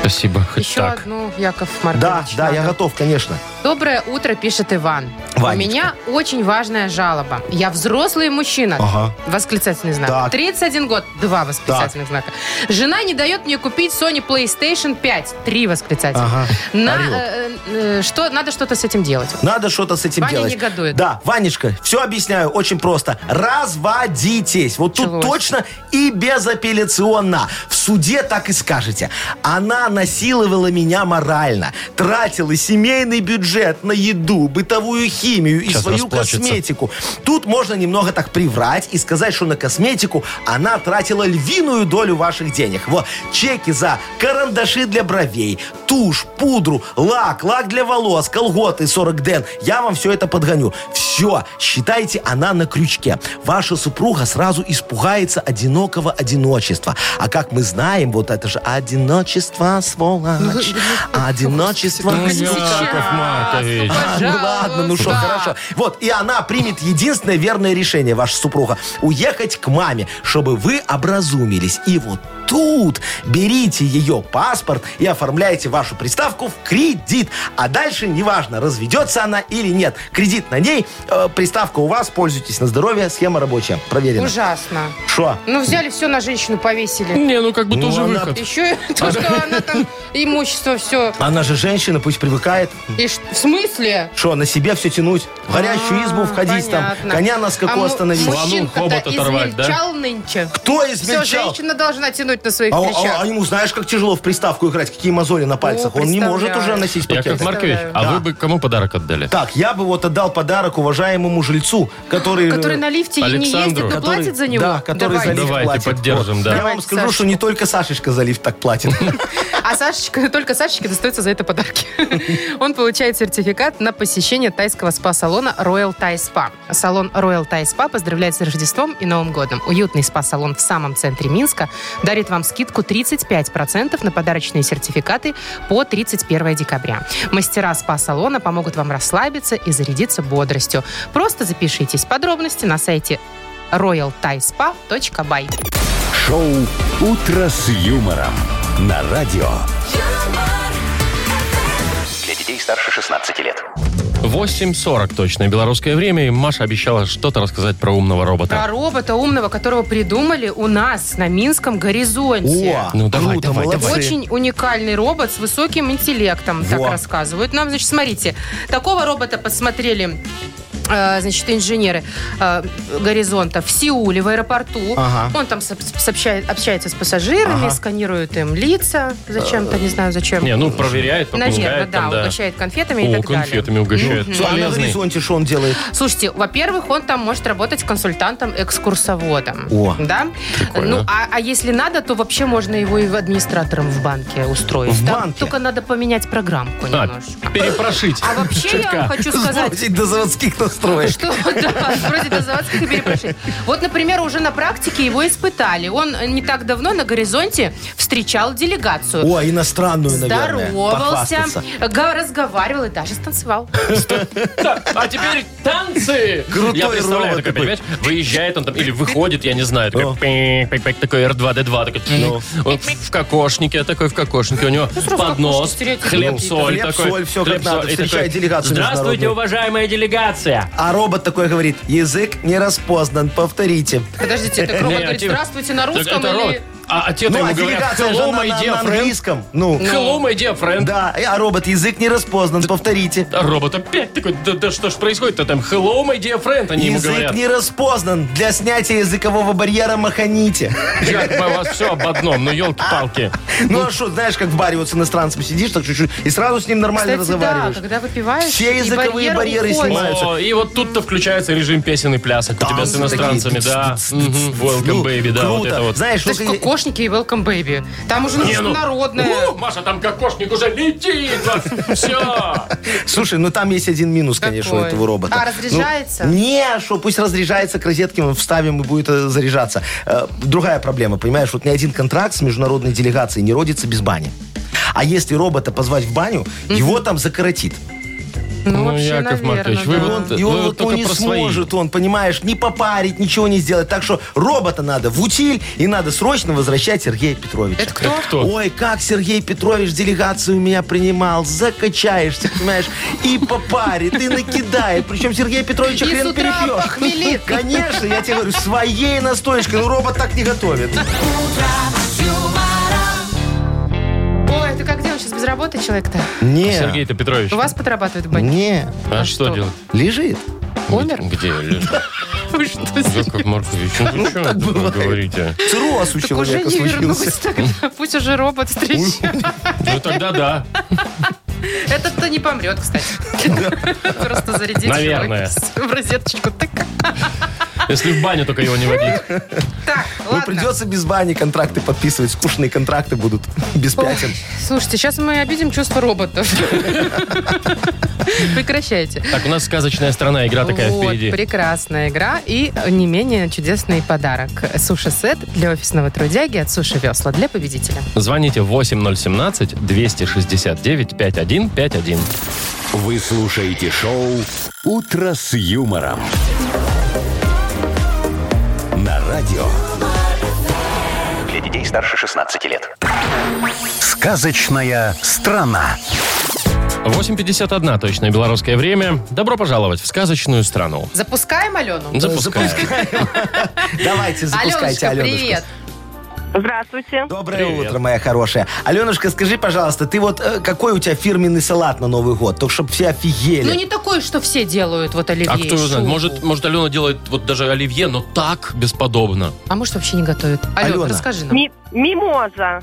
B: Спасибо, хоть
C: Еще
B: так.
C: одну, Яков
D: Да,
C: Маркович.
D: да,
C: надо.
D: я готов, конечно.
C: Доброе утро, пишет Иван. У
D: Ванечка.
C: меня очень важная жалоба. Я взрослый мужчина.
D: Ага.
C: Восклицательный знак.
D: Так.
C: 31 год. Два восклицательных знака. Жена не дает мне купить Sony PlayStation 5. Три восклицательных.
D: Ага.
C: На,
D: Орёт.
C: э, э, что, надо что-то с этим делать.
D: Надо что-то с этим
C: Ваня
D: делать.
C: негодует.
D: Да, Ванечка, все объясняю очень просто. Разводитесь. Вот тут
C: Началось.
D: точно и безапелляционно. В суде так и скажете. Она насиловала меня морально, тратила семейный бюджет бюджет на еду, бытовую химию и
B: Сейчас
D: свою
B: расплачется.
D: косметику. Тут можно немного так приврать и сказать, что на косметику она тратила львиную долю ваших денег. Вот, чеки за карандаши для бровей, тушь, пудру, лак, лак для волос, колготы 40 ден. Я вам все это подгоню. Все, считайте, она на крючке. Ваша супруга сразу испугается одинокого одиночества. А как мы знаем, вот это же одиночество, сволочь. Одиночество,
B: Ну,
D: сволочь.
B: Яков Маркович.
D: А, ну ладно, ну что, хорошо. Вот, и она примет единственное верное решение, ваша супруга, уехать к маме, чтобы вы образумились. И вот тут берите ее паспорт и оформляйте вашу приставку в кредит. А дальше неважно, разведется она или нет. Кредит на ней, э, приставка у вас, пользуйтесь на здоровье, схема рабочая, проверена.
C: Ужасно.
D: Что?
C: Ну, взяли все на женщину, повесили.
B: Не, ну как бы
D: Ну,
B: тоже
D: она-
B: выход.
C: Еще и то, что она там имущество все.
D: Она же женщина, пусть привыкает.
C: И ш- в смысле?
D: Что, на себе все тянуть? В горящую избу
C: А,
D: входить там,
C: понятно.
D: коня на скаку
C: А му-
D: остановить. ну,
B: Слону
C: Мужчинка-то
B: хобот оторвать, да?
C: измельчал нынче.
D: Кто
C: Все,
D: измельчал?
C: женщина должна тянуть на своих
D: А, он- а-
C: плечах.
D: а ему знаешь, как тяжело в приставку играть, какие мозоли на пальцах.
C: О,
D: Он не
C: представляю.
D: может уже носить
B: Яков
D: пакет.
B: Маркович,
C: Представляю.
B: а
D: Да.
B: вы бы кому подарок отдали?
D: Так, я бы вот отдал подарок уважаемому жильцу, который... э,
C: Который на лифте и не ездит,
B: Александру.
C: но
D: который-
C: платит за него.
D: Да, который
C: Давайте.
D: за лифт
B: Давайте
D: платит.
B: поддержим, да.
D: Я
C: Давайте
D: вам скажу,
C: Сашечку.
D: что не только Сашечка за лифт так платит.
C: А Сашечка, только Сашечке достается за это подарки. Он получает сертификат на посещение тайского спа-салона Royal Thai Spa. Салон Royal Thai Spa поздравляет с Рождеством и Новым годом. Уютный спа-салон в самом центре Минска дарит вам скидку 35% на подарочные сертификаты по 31 декабря. Мастера спа-салона помогут вам расслабиться и зарядиться бодростью. Просто запишитесь. Подробности на сайте royalthaispa.by.
A: Шоу «Утро с юмором» на радио.
E: Для детей старше 16 лет.
B: 8.40 точное белорусское время, и Маша обещала что-то рассказать про умного
C: Про
B: робота.
C: робота умного, которого придумали у нас на Минском горизонте.
D: О,
B: Ну, давай,
D: круто,
B: давай,
D: молодцы.
C: Очень уникальный робот с высоким интеллектом, так
D: Во.
C: рассказывают нам. Значит, смотрите, такого робота посмотрели э, значит, инженеры э, горизонта в Сеуле, в аэропорту.
D: Ага.
C: Он там соп- сообщает- общается с пассажирами,
D: Ага.
C: сканирует им лица. Зачем-то, не знаю зачем.
B: Не, ну проверяет,
C: Наверное,
B: помогает
C: да,
B: там, да.
C: угощает конфетами и
B: О,
C: так далее.
B: конфетами угощает.
D: Ну, а на
B: Полезный.
D: горизонте что он делает?
C: Слушайте, во-первых, он там может работать консультантом-экскурсоводом.
D: О,
C: да?
B: прикольно.
C: Ну, а, а если надо, то вообще можно его и в администратором в банке устроить.
D: В
C: Там
D: банке?
C: Только надо поменять программку
B: А,
C: немножко.
B: перепрошить.
C: А вообще я вам хочу сказать...
D: Сбросить до заводских настроек.
C: Что, да, вроде до заводских и перепрошить. Вот, например, уже на практике его испытали. Он не так давно на горизонте встречал делегацию.
D: О, а иностранную, наверное.
C: Здоровался,
D: похвастаться.
C: га- разговаривал и даже станцевал.
B: А теперь танцы!
D: Крутой
B: я представляю,
D: робот
B: такой,
D: такой.
B: понимаешь, выезжает он там, или выходит, я не знаю,
D: Ну.
B: такой, пик, пик, пик, такой R2-D2, такой, он в кокошнике, такой в кокошнике, у него
C: сразу
B: поднос,
C: кокошник, стереотип.
B: хлеб, соль,
D: Ну, Хлеб,
B: такой,
D: соль, всё как
B: хлеб,
D: надо,
B: соль, и
D: встречает
B: такой,
D: делегацию
B: Здравствуйте,
D: международную».
B: уважаемая делегация!
D: А робот такой говорит, язык не распознан, повторите.
C: Подождите, это робот
B: Не, а
C: говорит,
B: те-
C: здравствуйте на
B: Так
C: русском
B: это рот.
C: или...
B: А, а те-то
D: Ну, а
B: ему говорят,
D: делегация же
B: hello,
D: она
B: my
D: на на
B: dear friend.
D: английском. Ну,
B: Hello, my dear friend.
D: да. А робот, язык не распознан, повторите.
B: А робот опять такой, да, да что ж происходит-то там, hello, my dear friend, они ему
D: Язык
B: говорят.
D: не распознан. Для снятия языкового барьера маханите.
B: Як бы у вас все об одном, ну елки-палки.
D: Ну а что, знаешь, как в баре вот с иностранцем сидишь так чуть-чуть и сразу с ним нормально
C: Кстати, да,
D: разговариваешь.
C: когда выпиваешь,
D: Все
C: и
D: языковые
C: барьер
D: барьеры
C: уходит.
D: снимают.
B: О, и вот тут-то включается режим песен и плясок у тебя с
D: Танцы
B: иностранцами,
D: такие.
B: да.
D: Тс, тс, тс,
B: Мгм.
D: тс,
B: Welcome,
D: ну,
B: baby, да, вот
D: круто.
B: это вот.
D: Знаешь,
C: Значит,
D: ну, и-
C: кокошники и welcome baby. Там уже
B: Не, ну,
C: международное.
B: у, Маша, там кокошник уже летит. Все.
D: слушай, ну там есть один минус, конечно, у
C: Какой?
D: этого робота.
C: А,
D: Ну,
C: разряжается?
D: не, что пусть разряжается к розетке, мы вставим и будет э, заряжаться. Э, другая проблема, понимаешь, вот ни один контракт с международной делегацией не родится без бани. А если робота позвать в баню, его там закоротит.
B: Ну, Яков Маркович, вы
D: И
B: вот-
D: он, и он
B: вы
D: вот,
B: только
D: он не
B: про свои.
D: сможет, он, понимаешь, не попарить, ничего не сделать. Так что робота надо в утиль, и надо срочно возвращать Сергея Петровича.
C: Это кто?
B: Кто?
D: Ой, как Сергей Петрович делегацию меня принимал. Закачаешься, понимаешь, и попарит, и накидает. Причем Сергей Петрович
C: И с
D: хрен
C: утра похмелит.
D: перепьешь. Конечно, я тебе говорю, своей настоечкой. Ну, робот так не готовит.
C: Ой, это как делать сейчас без работы человек-то?
D: Не,
B: Сергей-то Петрович.
C: У вас подрабатывает в бане?
D: не,
B: А что
C: что?
B: делать?
D: лежит.
C: Умер?
B: Где?
C: Вы что,
B: Яков Маркович, ну вы что
D: так
B: такое
D: бывает.
B: говорите?
D: Цирроз у
C: так уже
D: человека
C: не вернулась
D: случился.
C: тогда. Пусть уже робот встречает.
B: Ну тогда да.
C: Этот кто не помрет, кстати. Просто зарядить его
B: Наверное.
C: в розеточку. Так,
B: Если в баню только его не водить.
C: так,
D: Ну,
C: ладно.
D: придется без бани контракты подписывать. Скучные контракты будут. Без
C: Ой,
D: пятен.
C: Слушайте, сейчас мы обидим чувство роботов. Прекращайте.
B: Так, у нас сказочная страна, игра такая
C: вот,
B: впереди.
C: прекрасная игра и э, не менее чудесный подарок. Суши-сет для офисного трудяги от Суши Весла для победителя.
B: Звоните 8017-269-5151.
A: Вы слушаете шоу «Утро с юмором». На радио
E: Для детей старше 16 лет.
A: «Сказочная страна».
B: 8.51 точное белорусское время. Добро пожаловать в сказочную страну.
C: Запускаем
D: Э,
C: Алену?
B: Запускаем.
D: Давайте, запускайте,
C: Аленушка,
D: Аленушка.
C: привет.
G: Здравствуйте.
D: Доброе
B: Привет.
D: утро, моя хорошая. Аленушка, скажи, пожалуйста, ты вот э, какой у тебя фирменный салат на Новый год? Только чтобы все офигели.
C: Ну, не такое, что все делают, вот оливье
B: А кто
C: и
B: его знает?
C: шубу.
B: Может, может, Алена делает вот даже оливье, но так бесподобно.
C: А может, вообще не готовят? Алена,
D: Алена.
C: расскажи нам.
G: Ми- мимоза.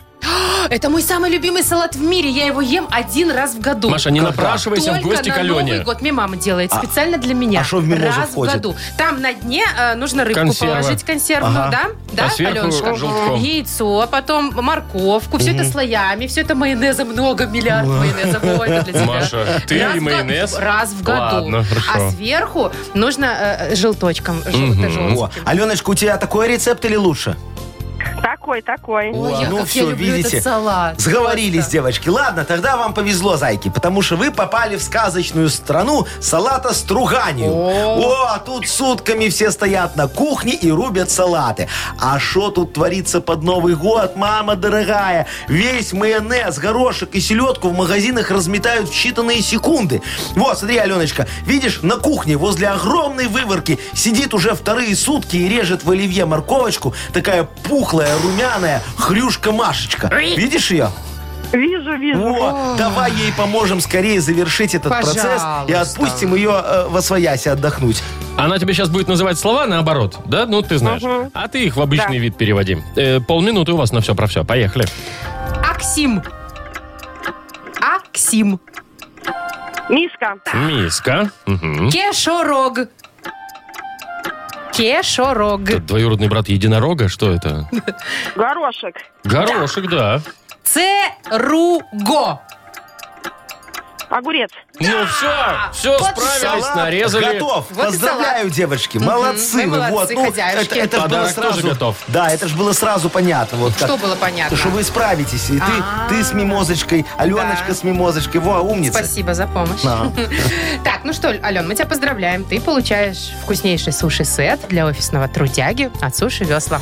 C: Это мой самый любимый салат в мире. Я его ем один раз в году.
B: Маша, не напрашивайся
C: Только
B: в гости
C: на
B: к Алене.
C: Новый год мне мама делает специально для меня.
D: а шо в мимозу
C: Раз
D: входит?
C: в году. Там на дне э, нужно рыбку
B: Консерва.
C: положить консервную,
D: Ага.
B: А
C: да? Да,
B: сверху
C: Аленушка?
B: желтком.
C: Яйцо, потом морковку, все это слоями, все это майонеза, много, миллиард майонеза. Во, это для тебя.
B: Маша, ты
C: Раз
B: и
C: в го-
B: майонез.
C: Раз в году.
B: Ладно, хорошо.
C: А сверху нужно э, желточком. желто-желтеньким.
D: О, Аленочка, у тебя такой рецепт или лучше?
G: Такой, такой.
C: Ой, я,
D: ну
C: как я
D: всё,
C: люблю
D: видите,
C: этот салат.
D: Сговорились,
C: Просто.
D: девочки. Ладно, тогда вам повезло, зайки, потому что вы попали в сказочную страну салата с труганью. О, а тут сутками все стоят на кухне и рубят салаты. А что тут творится под Новый год, мама дорогая? Весь майонез, горошек и селедку в магазинах разметают в считанные секунды. Вот, смотри, Аленочка, видишь, на кухне возле огромной выворки сидит уже вторые сутки и режет в оливье морковочку такая пухлая, румяная хрюшка Машечка. Видишь ее?
G: Вижу, вижу.
D: Во, давай ей поможем скорее завершить этот процесс и
C: Пожалуйста.
D: отпустим ее э, во своясь отдохнуть.
B: Она тебе сейчас будет называть слова наоборот, да? Ну, ты знаешь.
G: Мгм.
B: А ты их в обычный
G: Да.
B: вид переводи. Э, полминуты у вас на все про все. Поехали.
C: Аксим. Аксим.
G: Мишка.
B: Миска. Мгм.
C: Кешорог. Кешорог.
B: Это двоюродный брат единорога, что это?
G: Горошек.
B: Горошек, да.
C: Церуго.
G: Огурец.
B: Ну все, все,
C: Вот
B: справились,
D: Салат
B: нарезали.
D: Готов.
C: Вот и
D: Поздравляю, девочки. Молодцы
C: Вы
D: вы.
C: молодцы,
D: Вот, ну,
C: хозяюшки.
D: это, это ж было
B: Подарок тоже
D: сразу,
B: готов.
D: Да, это же было сразу понятно. Вот
C: Что
D: как-
C: было понятно?
D: Что вы справитесь. И ты,
C: А-а-а.
D: ты с мимозочкой, Аленочка
C: Да.
D: с мимозочкой. Во, умница.
C: Спасибо за помощь.
D: Да.
C: Так, ну что, Ален, мы тебя поздравляем. Ты получаешь вкуснейший суши-сет для офисного трудяги от Суши Весла.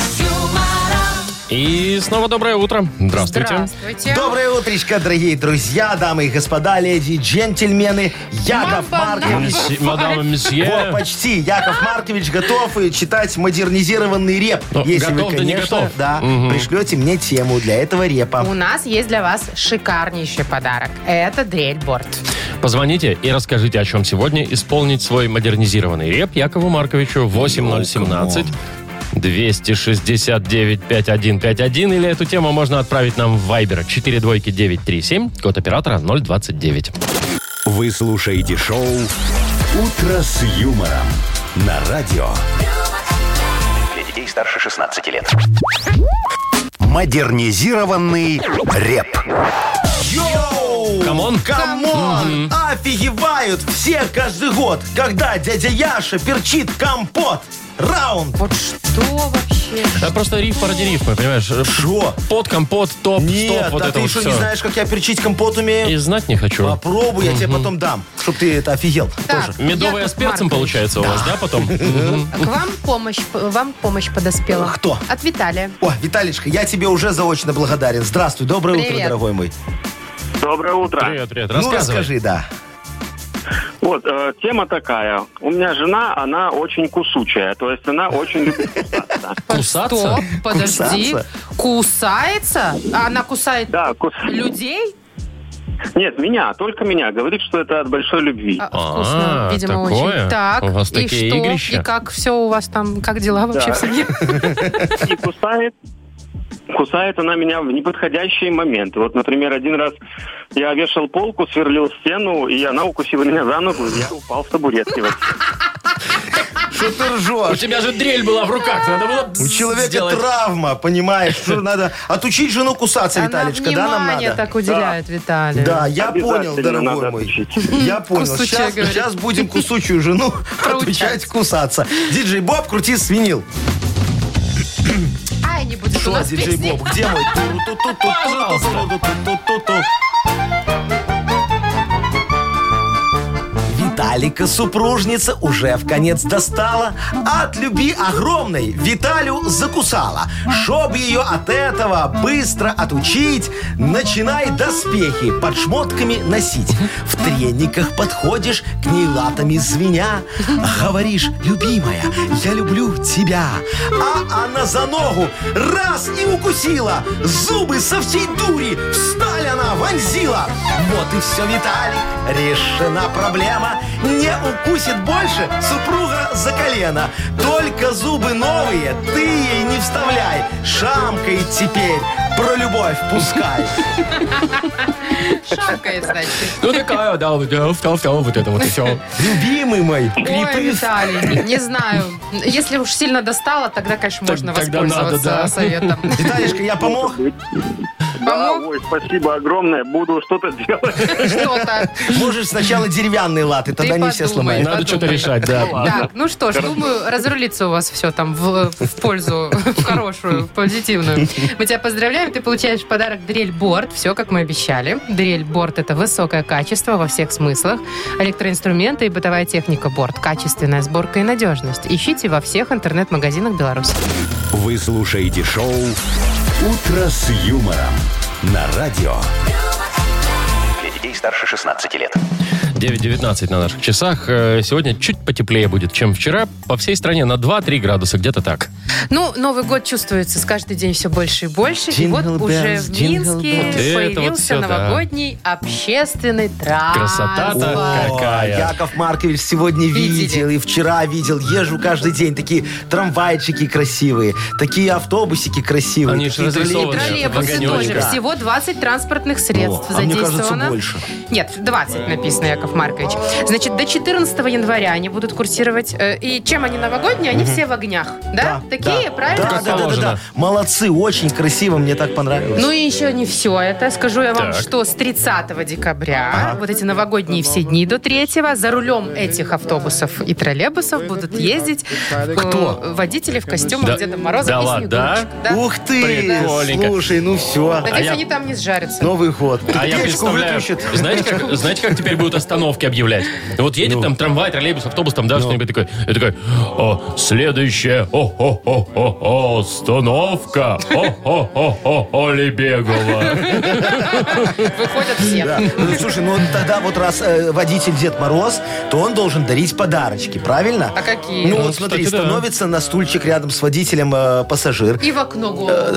B: И снова доброе утро. Здравствуйте.
C: Здравствуйте.
D: Доброе утречко, дорогие друзья, дамы и господа, леди и джентльмены. Яков
C: Мамба,
D: Маркович.
B: Мсье- Мадам и месье.
D: Вот, почти. Яков Маркович готов и читать модернизированный реп.
B: Ну,
D: Если вы,
B: готов, да не
D: конечно,
B: готов.
D: да, пришлете мне тему для этого репа.
C: У нас есть для вас шикарнейший подарок. Это дрельборд.
B: Позвоните и расскажите, о чем сегодня исполнить свой модернизированный реп Якову Марковичу 8017 269 5151 или эту тему можно отправить нам в Viber 42937, код оператора 029.
A: Вы слушаете шоу «Утро с юмором» на радио
E: Для детей старше 16 лет.
A: «Модернизированный реп».
D: Йоу!
B: Камон.
D: Камон! Офигевают все каждый год, когда дядя Яша перчит компот. Раунд.
C: Вот что вообще?
B: Это просто риф ради рифма, понимаешь? э,
D: Шо?
B: Под, компот, топ,
D: Нет,
B: стоп, вот
D: а
B: это
D: ты
B: вот
D: что,
B: все.
D: не знаешь, как я перчить компот
B: И
D: умею?
B: знать не хочу.
D: Попробуй, я тебе потом дам, чтоб ты это офигел
C: Так.
D: тоже.
B: Медовая
C: Яков
B: с перцем
C: Маркович.
B: получается у вас, да, потом? Мгм.
C: К вам помощь, вам помощь подоспела.
D: Кто?
C: От Виталия.
D: О, Виталичка, я тебе уже заочно благодарен. Здравствуй, доброе утро,
C: Привет.
D: дорогой мой.
F: Доброе утро.
B: Привет, привет,
D: Ну,
B: рассказывай.
D: расскажи, да.
F: Вот, э, тема такая. У меня жена, она очень кусучая, то есть она очень любит кусаться.
B: Кусаться?
C: Стоп, подожди.
D: Кусаться?
C: Кусается? А она кусает
F: Да, кус...
C: людей?
F: Нет, меня, только меня. Говорит, что это от большой любви.
C: А,
B: А,
C: Вкусно, видимо,
B: такое?
C: очень. Так,
B: У вас
C: и
B: такие
C: что?
B: игрища?
C: И как все у вас там, как дела вообще
F: Да.
C: в семье?
F: И кусает. Кусает она меня в неподходящие моменты. Вот, например, один раз я вешал полку, сверлил стену, и она укусила меня за ногу, и я упал с табуретки. Вот.
D: Что ты
B: У
D: ржешь?
B: тебя же дрель была в руках, надо было
D: У человека
B: сделать.
D: травма, понимаешь? Что надо отучить жену кусаться,
C: Она
D: Виталичка, да, нам
C: внимание
D: надо?
C: так уделяет, Виталий.
D: Да, я понял,
F: Обязательно
D: дорогой
F: надо
D: мой.
F: отучить.
D: Я понял.
C: Кусучая,
D: Сейчас,
C: говорит.
D: сейчас будем кусучую жену
C: Проучать.
D: отучать кусаться. Диджей Боб, крути свинил.
C: Ай, не будет у
D: Что,
C: нас
D: диджей
C: песни.
D: Боб, где мой? Ту-ру-ту-ту-ту-ту-ту-ту-ту-ту-ту-ту. Виталика супружница уже в конец достала, а от любви огромной Виталю закусала. Чтоб ее от этого быстро отучить, начинай доспехи под шмотками носить. В трениках подходишь к ней латами звеня, говоришь, любимая, я люблю тебя. А она за ногу раз и укусила, зубы со всей дури в сталь она вонзила. Вот и все, Виталик, решена проблема. Не укусит больше супруга за колено. Только зубы новые ты ей не вставляй. Шамкает теперь, про любовь пускай.
C: Шапкает, значит.
B: Ну такая, да, вот, э, фтал, фтал, вот это вот и все.
D: Любимый мой,
C: Ой,
D: крепыш.
C: Виталий, не знаю. Если уж сильно достало, тогда, конечно,
B: Так-
C: можно
B: тогда надо,
C: воспользоваться
B: да.
C: советом.
D: Виталишка, я помог?
F: Да,
C: Помог
F: ой, спасибо огромное, буду что-то делать.
C: что-то.
D: Можешь сначала деревянные латы, тогда не все
C: подумай.
D: сломают.
B: Надо
C: подумай.
B: что-то решать, да.
C: Так, ну что ж, думаю, разрулится у вас все там в, в пользу, в хорошую, в позитивную. Мы тебя поздравляем, ты получаешь в подарок дрель-борт, все как мы обещали. Дрель-борт – это высокое качество во всех смыслах, электроинструменты и бытовая техника борт, качественная сборка и надежность. Ищите во всех интернет-магазинах Беларуси.
A: Вы слушаете шоу «Утро с юмором» на радио.
E: Для детей старше 16 лет.
B: 9.19 на наших часах. Э, Сегодня чуть потеплее будет, чем вчера. По всей стране на 2-3 градуса, где-то так.
C: Ну, Новый год чувствуется с каждый день все больше и больше. И вот
D: Jingle
C: уже
D: bells,
C: в
D: jingle
C: Минске
B: bells. Вот это вот
C: появился
B: всё, да.
C: новогодний общественный транспорт.
B: Красота-то
D: О,
B: какая.
D: Яков Маркович сегодня
C: Видели.
D: видел и вчера видел. Езжу каждый день. Такие трамвайчики красивые, такие автобусики красивые.
B: Они же
D: такие
B: разрисованы.
D: троллейбусы.
C: Троллейбусы
B: Вагонёчка.
C: тоже. Всего 20 транспортных средств
D: О, а мне
C: задействовано.
D: кажется, больше.
C: Нет, 20 написано, Яков Маркович. Значит, до 14 января они будут курсировать. э, И чем они новогодние? Они все в огнях. Да? Такие,
D: да.
C: правильно?
D: Да, да, да, да,
B: положено.
D: да. Молодцы, очень красиво, мне так понравилось.
C: Ну и еще не все это. Скажу я вам,
B: Так.
C: что с 30 декабря, вот эти новогодние все дни до 3 за рулем этих автобусов и троллейбусов будут ездить э,
D: Кто?
C: водители в костюмах
B: Да-
C: Деда Мороза
B: да
C: и
B: ладно, да?
C: Снегурочек. Да.
D: а? Ух ты,
B: Прикольненько.
D: слушай, ну все.
C: Надеюсь,
B: А я-
C: они там не сжарятся.
D: Новый год.
B: А я
D: Печку
B: представляю,
D: выключат.
B: знаете как, знаете, как теперь будут остановки объявлять? Вот едет там трамвай, троллейбус, автобус, там, да, что-нибудь такое. И такой, о, следующая, о-хо-хо-хо-хо, остановка, о-хо-хо-хо-хо, Лебегова.
C: Выходят все.
D: Да. Ну, Слушай, ну тогда вот раз э, водитель Дед Мороз, то он должен дарить подарочки, правильно?
C: А какие?
D: Ну
B: Ну,
D: вот смотри,
B: кстати, да.
D: становится на стульчик рядом с водителем э, пассажир,
C: И в окно
D: э,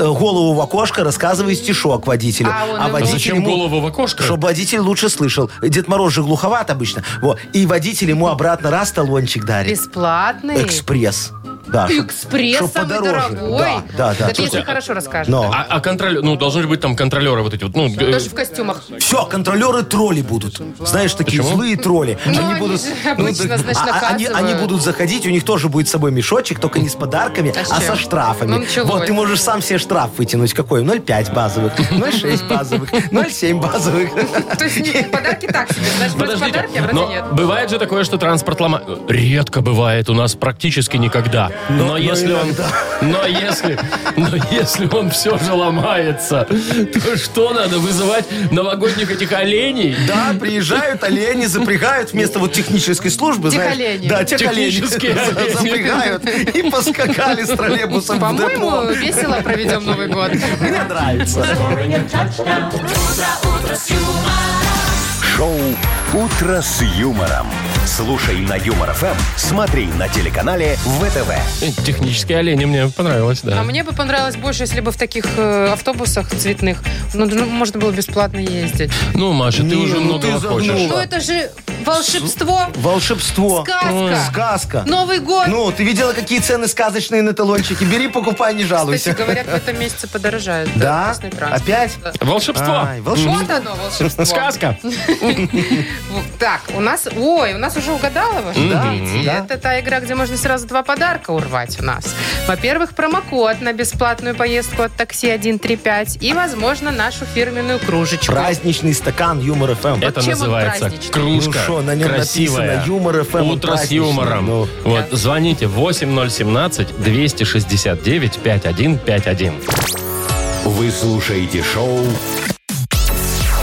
C: голову.
D: голову в окошко рассказывает стишок водителю.
C: А он ему-
D: водитель
B: Зачем
D: ему-
B: голову в окошко?
D: Чтобы водитель лучше слышал. Дед Мороз же глуховат обычно. Вот. И водитель ему обратно раз талончик дарит.
C: Бесплатный.
D: Экспресс. Да, чтоб-
C: Экспресс
D: чтоб
C: самый
D: подороже.
C: дорогой.
D: Да, да,
C: Это
D: да.
C: если хорошо расскажет.
D: Но.
B: А, а контроль, ну, должны же быть там контролеры вот эти вот, ну, э,
C: Тоже в костюмах.
D: Все, контролеры тролли будут. Знаешь, такие
B: Почему?
D: злые тролли.
C: Ну, они же обычно,
D: да,
C: значит,
D: а- они,
C: наказывают.
D: они будут заходить, у них тоже будет с собой мешочек, только не с подарками,
C: А с
D: а, со
C: чем?
D: штрафами.
C: Ну, началось.
D: вот, ты можешь сам себе штраф вытянуть. Какой? 0,5 базовых, 0,6 базовых, 0,7 базовых.
C: То есть не- подарки так себе. Знаешь, вроде
B: Подождите,
C: подарки, а вроде
B: но
C: нет.
B: бывает же такое, что транспорт ломает. Редко бывает, у нас практически никогда. Но,
D: но
B: если он,
D: Ну, иногда.
B: но если, но если он все же ломается, то что надо вызывать новогодних этих оленей?
D: Да, приезжают олени, запрягают вместо вот технической службы. знаешь.
C: Техолени.
D: Да, техолени.
B: Технические олени.
D: Запрягают и поскакали с троллейбусом в
C: По-моему,
D: депо.
C: весело проведем Новый год.
D: Мне нравится.
A: Шоу «Утро с юмором». Слушай на Юмор ФМ, смотри на телеканале ВТВ.
B: Э, Технические олени мне понравилось, да.
C: А мне бы понравилось больше, если бы в таких э, автобусах цветных, ну, ну, можно было бесплатно ездить.
B: Ну, Маша, ты
D: Не,
B: уже
D: ну
B: много
D: ты
B: хочешь.
D: загнула.
C: Ну, это же волшебство,
D: Волшебство.
C: сказка,
D: Сказка.
C: Новый год.
D: Ну, ты видела, какие цены сказочные на талончике? Бери, покупай, не жалуйся.
C: Кстати, говорят, в этом месяце подорожает. э,
D: Да?
C: общественный транспорт.
D: Опять?
B: Волшебство.
D: Ай, волшебство.
C: Вот оно, волшебство.
B: Сказка.
C: Вот Так, у нас... Ой, у нас уже угадала ваша, да? Идея.
D: да.
C: Это та игра, где можно сразу два подарка урвать у нас. Во-первых, промокод на бесплатную поездку от такси 135 и, возможно, нашу фирменную кружечку.
D: Праздничный стакан Юмор ФМ.
B: Это
C: чем он
B: называется
C: праздничный?
B: кружка.
D: Ну шо, на нем
B: красивая.
D: написано «Юмор FM», он
B: Утро с
D: праздничный,
B: юмором.
D: ну.
B: Вот, звоните 8017 269 5151.
A: Вы слушаете шоу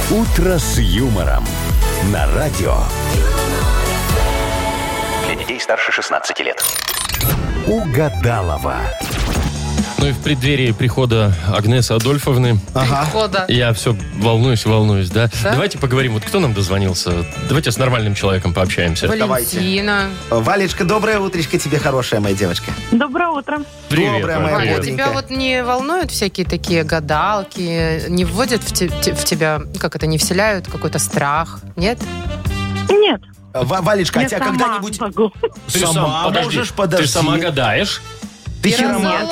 A: «Утро с юмором» на радио.
E: Для детей старше 16 лет.
A: Угадалова.
B: Ну и в преддверии прихода Агнесы Адольфовны
C: Хода.
B: я все волнуюсь, волнуюсь, да? Давайте поговорим. Вот кто нам дозвонился? Давайте с нормальным человеком пообщаемся.
C: Валентина.
D: Валечка, доброе утречко тебе, хорошая моя девочка.
G: Доброе утро.
B: Привет, Валь,
D: Доброе,
B: привет.
D: моя
C: Валя, тебя
D: бодренькая.
C: А, вот не волнуют всякие такие гадалки? Не вводят в, те- те- в тебя, ну, как это, не вселяют какой-то страх? Нет?
G: Нет,
D: Ва- Валечка, а
G: я
D: тебя
G: сама
D: когда-нибудь...
G: могу.
B: Ты сам, подожди,
D: можешь подожди.
B: Ты сама гадаешь.
D: Ты
C: И
D: хером-
C: разложит.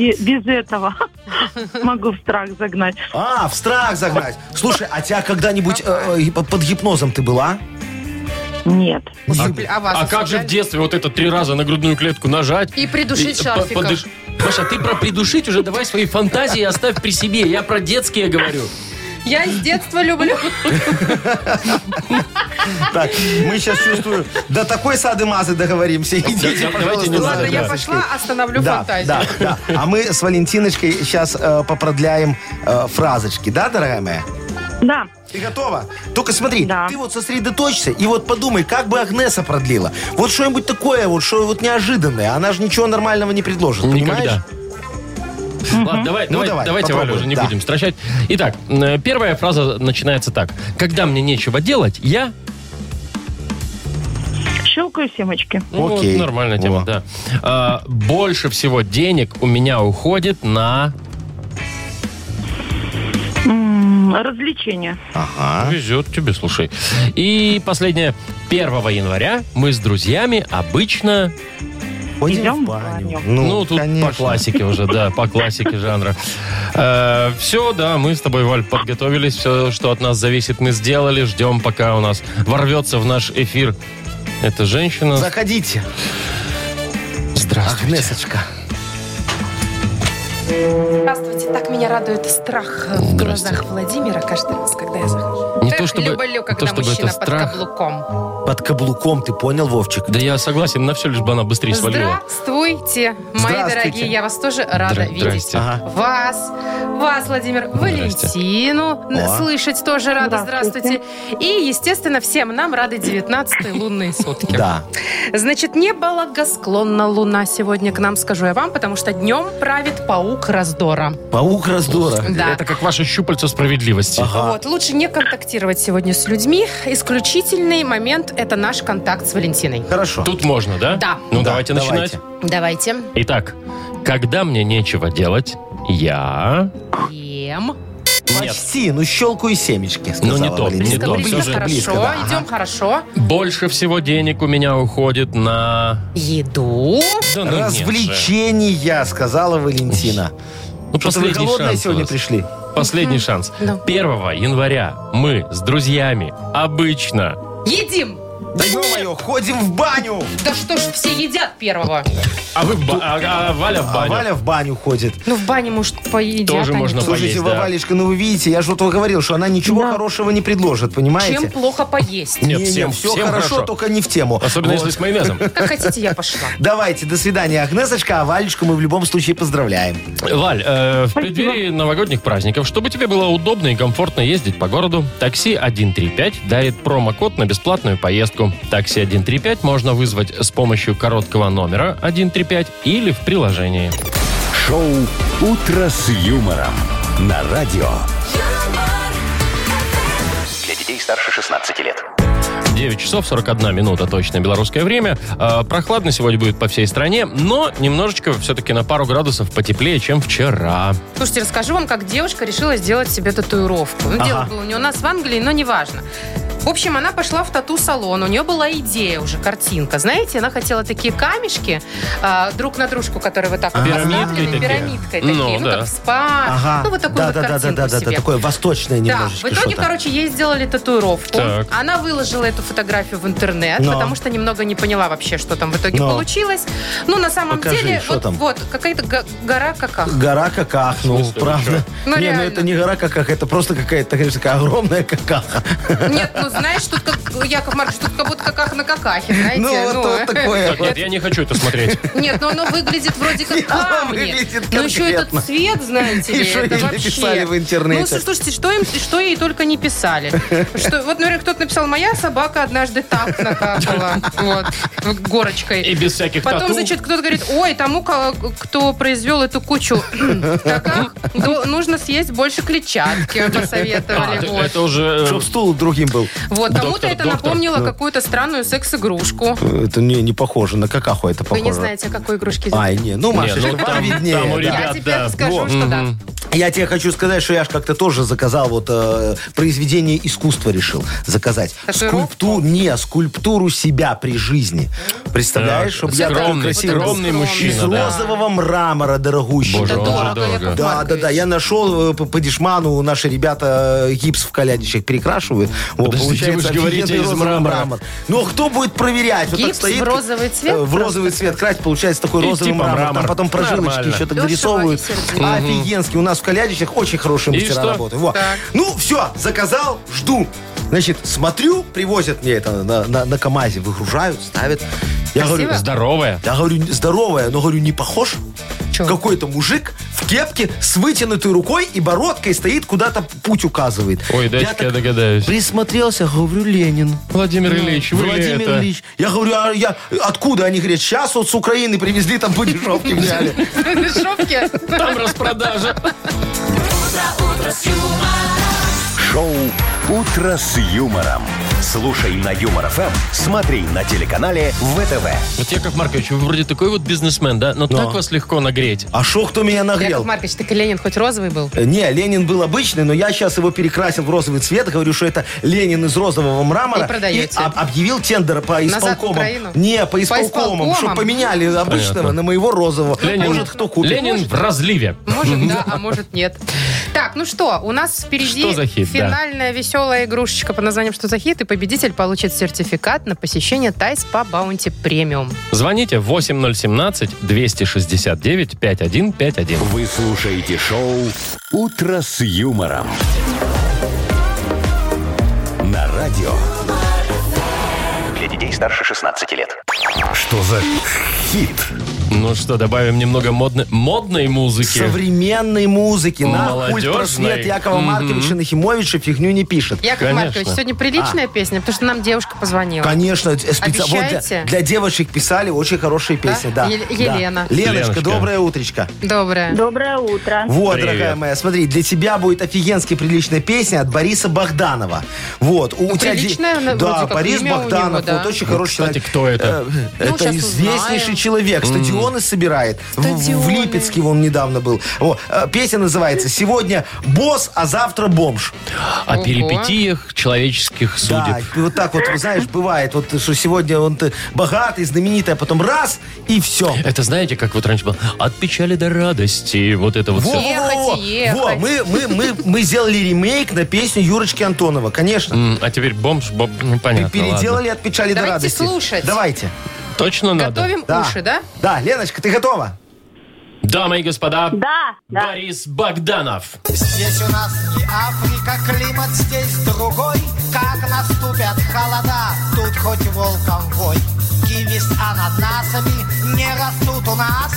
G: Бе- Без этого могу в страх загнать.
D: А, в страх загнать. Слушай, а тебя когда-нибудь э, э, гип- под гипнозом ты была?
G: Нет.
C: Слушай, А, вас
B: А как же в
C: осуждали?
B: детстве вот это три раза на грудную клетку нажать?
C: И придушить
B: И, э, по-
C: шарфиком.
B: подыш- Маша, ты про придушить уже давай свои фантазии оставь при себе. Я про детские говорю.
C: Я с детства люблю.
D: Так, мы сейчас чувствую, до такой сады мазы договоримся. Идите,
B: давайте
D: пожалуйста,
B: не
D: за
C: Ладно, я
B: да.
D: сказочкой.
C: пошла, остановлю
D: Да, да,
C: фантазию.
D: да. А мы с Валентиночкой сейчас попродляем э, фразочки, да, дорогая моя?
G: Да.
D: Ты готова? Только смотри,
G: Да.
D: ты вот сосредоточься и вот подумай, как бы Агнеса продлила. Вот что-нибудь такое, вот что вот неожиданное. Она же ничего нормального не предложит, понимаешь?
B: Никогда. Ладно, давай,
D: Ну,
B: давай,
D: давай,
B: давайте, Валю,
D: попробуем,
B: уже не
D: да.
B: будем стращать. Итак, м, первая фраза начинается так. Когда мне нечего делать, я...
G: Щелкаю семечки.
B: Ну,
D: Окей.
B: вот нормальная тема,
D: Во.
B: да. А, больше всего денег у меня уходит на...
G: М, Развлечения.
D: Ага.
B: Везет тебе, слушай. И последнее. 1 января мы с друзьями обычно...
D: Пойдем
G: Идем
D: в баню.
G: в баню.
B: Ну, тут по классике уже, да, по классике жанра. все, да, мы с тобой, Валь, подготовились. Все, что от нас зависит, мы сделали. Ждем, пока у нас ворвется в наш эфир эта женщина.
D: Заходите,
B: Здравствуйте.
D: Агнесочка.
C: Здравствуйте. Так меня радует страх в глазах Владимира каждый раз, когда я захожу.
B: Не
C: Так
B: то чтобы-
C: люблю,
B: не
C: когда
B: то чтобы
C: мужчина
B: это
C: под
B: страх.
C: каблуком.
D: Под каблуком, ты понял, Вовчик?
B: Да я согласен, на все лишь бы она быстрее свалила.
C: Здравствуйте, мои
D: Здравствуйте.
C: дорогие. Я вас тоже рада
B: Здра-
C: видеть.
B: здрасте.
D: Ага.
C: Вас, вас, Владимир,
B: Здрасте.
C: Валентину н-
D: О.
C: слышать тоже рада.
G: Здравствуйте.
C: Здравствуйте. И, естественно, всем нам рады 19-й лунные сутки.
D: Да.
C: Значит, не благосклонна луна сегодня к нам, скажу я вам, потому что днем правит паук раздора.
D: Паук раздора.
C: Да.
B: Это как ваше щупальце справедливости.
D: Ага.
C: Вот, лучше не контактировать сегодня с людьми. Исключительный момент – это наш контакт с Валентиной.
D: Хорошо.
B: Тут можно, да?
C: Да.
B: Ну,
D: Да,
B: давайте,
D: давайте.
B: начинать.
C: Давайте.
B: Итак, когда мне нечего делать, я...
C: Ем.
D: Почти, ну щелкаю семечки, сказала
B: не то,
D: Валентина.
B: не то,
D: Близко,
B: всё же
C: хорошо,
D: близко, да. Ага.
C: идем хорошо.
B: Больше всего денег у меня уходит на...
C: Еду.
B: Да, ну нет же.
D: Развлечения, сказала Валентина.
B: Ну,
D: Что-то вы
B: последний
D: голодные
B: шанс у
D: сегодня
B: вас.
D: пришли?
B: Последний шанс.
C: Да.
B: 1 января мы с друзьями обычно...
C: Едим.
D: Да ё-моё, ходим в баню!
C: Да что ж все едят первого?
B: А вы в ба- а- а Валя в
D: А
B: баню.
D: Валя в баню ходит.
C: Ну, в бане, может, поедят.
B: Тоже
C: они.
B: можно Ну,
D: Слушайте,
B: поесть, да.
D: Валечка, ну вы видите, я же вот вам говорил, что она ничего хорошего не предложит, понимаете?
C: Чем плохо поесть?
B: Нет,
D: Не-не,
B: всем-
D: все
B: всем
D: хорошо,
B: хорошо.
D: только не в тему.
B: Особенно
D: Вот.
B: если с майонезом.
C: А Как хотите, я пошла.
D: Давайте, до свидания, Агнесочка, а Валечку мы в любом случае поздравляем.
B: Валь, э, в преддверии новогодних праздников, чтобы тебе было удобно и комфортно ездить по городу, такси 135 дарит промокод на бесплатную поездку. Такси 135 можно вызвать с помощью короткого номера 135 или в приложении.
A: Шоу «Утро с юмором» на радио.
E: Для детей старше 16 лет.
B: 9 часов 41 минута, точно белорусское время. Э, Прохладно сегодня будет по всей стране, но немножечко все-таки на пару градусов потеплее, чем вчера.
C: Слушайте, расскажу вам, как девушка решила сделать себе татуировку. Ну, дело было не у нас в Англии, но неважно. В общем, она пошла в тату-салон. У нее была идея уже, картинка. Знаете, она хотела такие камешки а, друг на дружку, которые вот так вот
B: Пирамидкой
C: поставлены,
B: такие.
C: пирамидкой такие.
B: Ну,
C: Ну,
B: да.
C: как в спа. Ну, вот такую
D: да,
C: вот
D: да, да, да,
C: картинку
D: да, да,
C: себе.
D: такое восточное
C: Да,
D: немножечко
C: в итоге,
D: что-то.
C: короче, ей сделали татуировку.
B: Так.
C: Она выложила эту фотографию в интернет,
D: Но.
C: потому что немного не поняла вообще, что там в итоге
D: Но.
C: получилось. Ну, на самом
D: Покажи,
C: деле,
D: что
C: вот,
D: там?
C: вот, какая-то го- гора каках.
D: Гора каках, ну,
B: смысле,
D: правда.
C: Ну,
D: не,
C: реально.
D: ну это не гора каках, это просто какая-то, конечно, такая огромная какаха.
C: Нет, ну знаешь, тут как Яков Маркович, тут как будто каках на какахе, знаете.
D: Ну, вот,
C: э.
D: вот такое.
B: Так, нет, я не хочу это смотреть.
C: Нет, но оно выглядит вроде как
D: Нет, оно
C: камни.
D: выглядит
C: Но еще
D: конкретно.
C: этот цвет, знаете
D: И
C: ли,
D: что
C: это
D: ей
C: вообще.
D: написали в интернете?
C: Ну, слушай, слушайте, что, им, что ей только не писали. Что, вот, например, кто-то написал, моя собака однажды так накакала, вот, горочкой.
B: И без всяких
C: Потом,
B: тату.
C: значит, кто-то говорит, ой, тому, ко- кто произвел эту кучу каках, ну, нужно съесть больше клетчатки,
B: А,
C: посоветовали.
B: ты-
C: Вот.
B: это уже... э,
D: Чтоб стул другим был.
C: Вот, кому-то
B: Доктор,
C: это
B: доктор.
C: напомнило какую-то странную секс-игрушку.
D: Это не, не похоже, на какаху это
C: Вы
D: похоже.
C: не знаете, о какой игрушке идет.
D: Ай, не, ну,
B: Не,
D: Маша,
B: ну,
D: вам
B: там-
D: виднее.
B: там у
D: да.
B: ребят,
C: Я тебе
B: да.
C: скажу,
B: Вот.
C: что да.
B: Мгм.
D: Я тебе хочу сказать, что я ж как-то тоже заказал вот э, произведение искусства решил заказать.
C: Татуировку?
D: Скульптуру, не, скульптуру себя при жизни. Представляешь, чтобы я такой
B: Скромный,
D: красивый был.
B: скромный
C: Из
D: Из
B: мужчина, да.
D: розового мрамора, дорогущий.
B: Боже,
D: Да,
B: он же
C: дорого,
B: дорого.
C: Яков
D: да, да, да. Я нашел э, по, по дешману, наши ребята э, гипс в колядичах перекрашивают. О,
B: Подождите,
D: получается
B: вы же говорите,
D: офигенный
B: из
D: розовый
B: мрамора.
D: Ну, кто будет проверять? Вот так
C: Гипс
D: стоит,
C: в розовый цвет
D: э, В
C: просто?
D: розовый цвет крать, получается такой
B: И
D: розовый
B: типа
D: мрамор.
B: мрамор.
D: Там потом прожилочки
B: Нормально.
D: еще так
C: Дешево и
D: дорисовывают.
C: сердито.
D: Офигенский. У нас в колядичах очень хорошие
B: И
D: мастера
B: что?
D: работают. Во.
C: Так.
D: Ну, все, заказал, жду. Значит, смотрю, привозят мне это на, на- на КамАЗе, выгружают, ставят. Я
C: Красиво?
D: говорю,
B: Здоровая.
D: я говорю, здоровая, но говорю, не похож.
C: Чё?
D: Какой-то мужик в кепке с вытянутой рукой и бородкой стоит, куда-то путь указывает.
B: Ой, дайте-ка я догадаюсь.
D: Присмотрелся, говорю, Ленин.
B: Владимир Ильич, вы ли
D: Ну, Владимир
B: это?
D: Ильич. Я говорю, а я откуда? Они говорят, сейчас вот с Украины привезли, там по дешевке взяли.
C: Шопки.
B: Там распродажа.
A: Шоу «Утро с юмором». Слушай на Юмор ФМ, смотри на телеканале ВТВ.
B: Вот Яков Маркович, вы вроде такой вот бизнесмен, да?
D: Ну.
B: Но так вас легко нагреть.
D: А шо, кто меня
C: Яков
D: нагрел?
C: Маркович, так и Ленин хоть розовый был?
D: Э, Не, Ленин был обычный, но я сейчас его перекрасил в розовый цвет. Говорю, что это Ленин из розового мрамора.
C: И продаете.
D: об- объявил тендер по
C: Назад в
D: исполкомам.
C: Украину?
D: Не, по
C: По
D: исполкомам,
C: исполкомам?
D: чтобы поменяли обычного
B: Понятно.
D: на моего розового.
B: Ленин,
D: Может, кто купит.
B: Ленин
D: Может,
B: в разливе.
C: Может, да, а может, нет. Так, ну что, у нас
B: Что
C: впереди
B: за хит, да.
C: финальная веселая игрушечка под названием «Что за хит?» и победитель получит сертификат на посещение Тайс по Баунти Премиум.
B: Звоните 8017-269-5151.
A: Вы слушаете шоу «Утро с юмором». На радио.
E: Для детей старше 16 лет.
A: Что за хит?
B: Ну что, добавим немного модной, модной музыки.
D: Современной музыки. На культ
B: Молодежной.
D: просвет Якова
B: Мгм.
D: Марковича Нахимовича фигню не пишет.
C: Яков
B: Конечно.
C: Маркович, сегодня
D: А.
C: приличная песня, потому что нам девушка позвонила.
D: Конечно, э, специ- вот
C: Обещаете?
D: для, для девочек писали очень хорошие песни,
C: Да?
D: да.
C: Е-
D: да.
C: Елена.
D: Леночка,
B: Леночка.
D: доброе утречко.
C: Доброе.
G: Доброе утро.
D: Вот,
B: Привет.
D: дорогая моя, смотри, для тебя будет офигенски приличная песня от Бориса Богданова. Вот, у,
C: Ну,
D: тебя де-
C: приличное, вроде
D: да,
C: как,
D: Борис
C: имя у
D: Богданов,
C: него, да.
D: вот очень хороший
B: кстати,
D: человек.
B: кто это?
D: Э, э,
C: Ну,
D: это
C: щас
D: известнейший
C: узнаем.
D: человек. Стадионы собирает. В- В,
C: Стадионы.
D: Липецке он недавно был. О, э, песня называется «Сегодня босс, а завтра бомж».
B: О
C: Ого.
B: перипетиях человеческих
D: Да,
B: судеб.
D: и вот так вот, знаешь, бывает, вот что сегодня он ты богатый, знаменитый, а потом раз и все.
B: Это знаете, как вот раньше было? От печали до радости. Вот это вот
D: Во,
B: все.
C: Ехать,
D: во, во, во.
C: ехать.
D: Во, мы, мы, мы, мы сделали ремейк на песню Юрочки Антонова, конечно.
B: А теперь бомж, боб, ну
D: Пе-
B: понятно,
D: Переделали от печали до
C: Давайте
D: радости.
C: слушать.
D: Давайте.
B: ладно. Точно надо?
C: Готовим уши, да?
D: Да, Леночка, ты готова?
B: Дамы и господа,
G: Да, да.
B: Борис Богданов.
H: Здесь у нас не Африка, климат здесь другой. Как наступят холода, тут хоть волком вой. Киви с ананасами не растут у нас.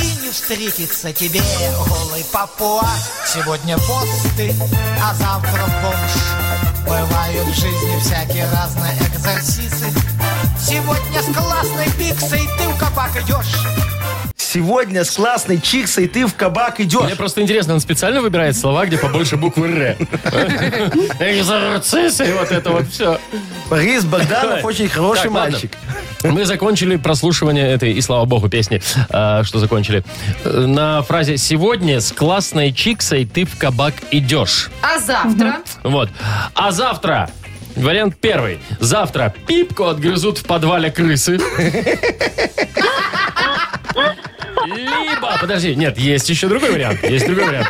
H: И не встретится тебе голый папуа. Сегодня босс ты, а завтра бомж. Бывают в жизни всякие разные экзорсисы. Сегодня с классной пиксой ты в кабак идешь.
D: Сегодня с классной чиксой ты в кабак
B: Мне
D: идешь.
B: просто интересно, он специально выбирает слова, где побольше буквы «Р». Экзорцисы, вот это вот все.
D: Борис Богданов очень хороший
B: Так, ладно.
D: мальчик.
B: Мы закончили прослушивание этой, и слава богу, песни, э, что закончили. Э, На фразе «Сегодня с классной чиксой ты в кабак идешь».
C: А завтра?
B: Вот. А завтра... Вариант первый. Завтра пипку отгрызут в подвале крысы. Либо... Подожди, нет, есть еще другой вариант. Есть другой вариант.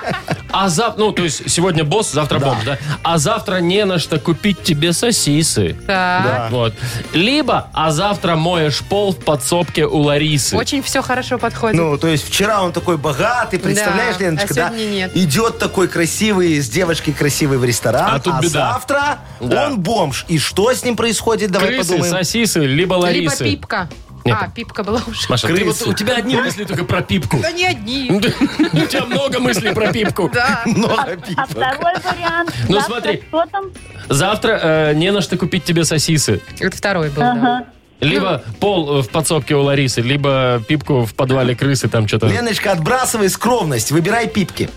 B: А завтра... Ну, то есть сегодня босс, завтра бомж, да? А завтра не на что купить тебе сосисы.
C: Так.
B: Вот. Либо, а завтра моешь пол в подсобке у Ларисы.
C: Очень все хорошо подходит.
D: Ну, то есть вчера он такой богатый, представляешь,
C: Да,
D: Леночка,
C: а
D: да?
C: сегодня нет.
D: Идет такой красивый, с девочкой красивой в ресторан,
B: А
D: а,
B: тут беда.
D: завтра
B: Да.
D: он бомж. И что с ним происходит, давай
B: Крысы,
D: подумаем.
B: сосисы, либо
C: Либо
B: Ларисы.
C: пипка.
B: Нет.
C: А, пипка была уже.
B: Маша, ты
D: Крысы.
B: вот- у тебя одни мысли только про пипку.
C: Да не одни.
B: У тебя много мыслей про пипку.
C: Да.
D: Много пи-
I: А второй вариант.
B: Ну,
I: завтра
B: смотри.
I: Что там?
B: Завтра э, не на что купить тебе сосисы.
C: Это второй был, да.
B: Либо пол э, в подсобке у Ларисы, либо пипку в подвале крысы там что-то.
D: Леночка, отбрасывай скромность, выбирай пипки.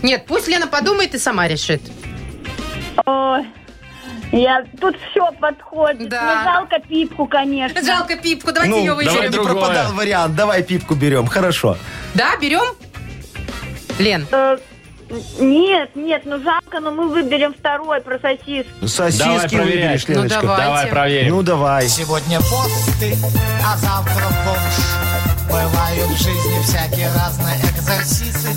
C: Нет, пусть Лена подумает и сама решит.
I: Ой, я... Тут все подходит.
C: Да.
I: Ну, жалко пипку, конечно.
C: Жалко пипку, давайте
D: Ну,
C: ее
B: давай
D: чтобы
C: выберем.
D: не
B: другое.
D: пропадал вариант, давай пипку берем, хорошо.
C: Да, берем? Лен,
I: Э, Нет, нет, ну жалко, но мы выберем второй про сосиску.
B: Давай
D: Сосиски
B: проверять.
D: выберешь, Леночка.
C: Ну, давай.
B: Давай
C: Давайте.
B: проверим.
D: Ну, давай.
H: Сегодня босс ты, а завтра бомж. Бывают в жизни всякие разные экзорсисы.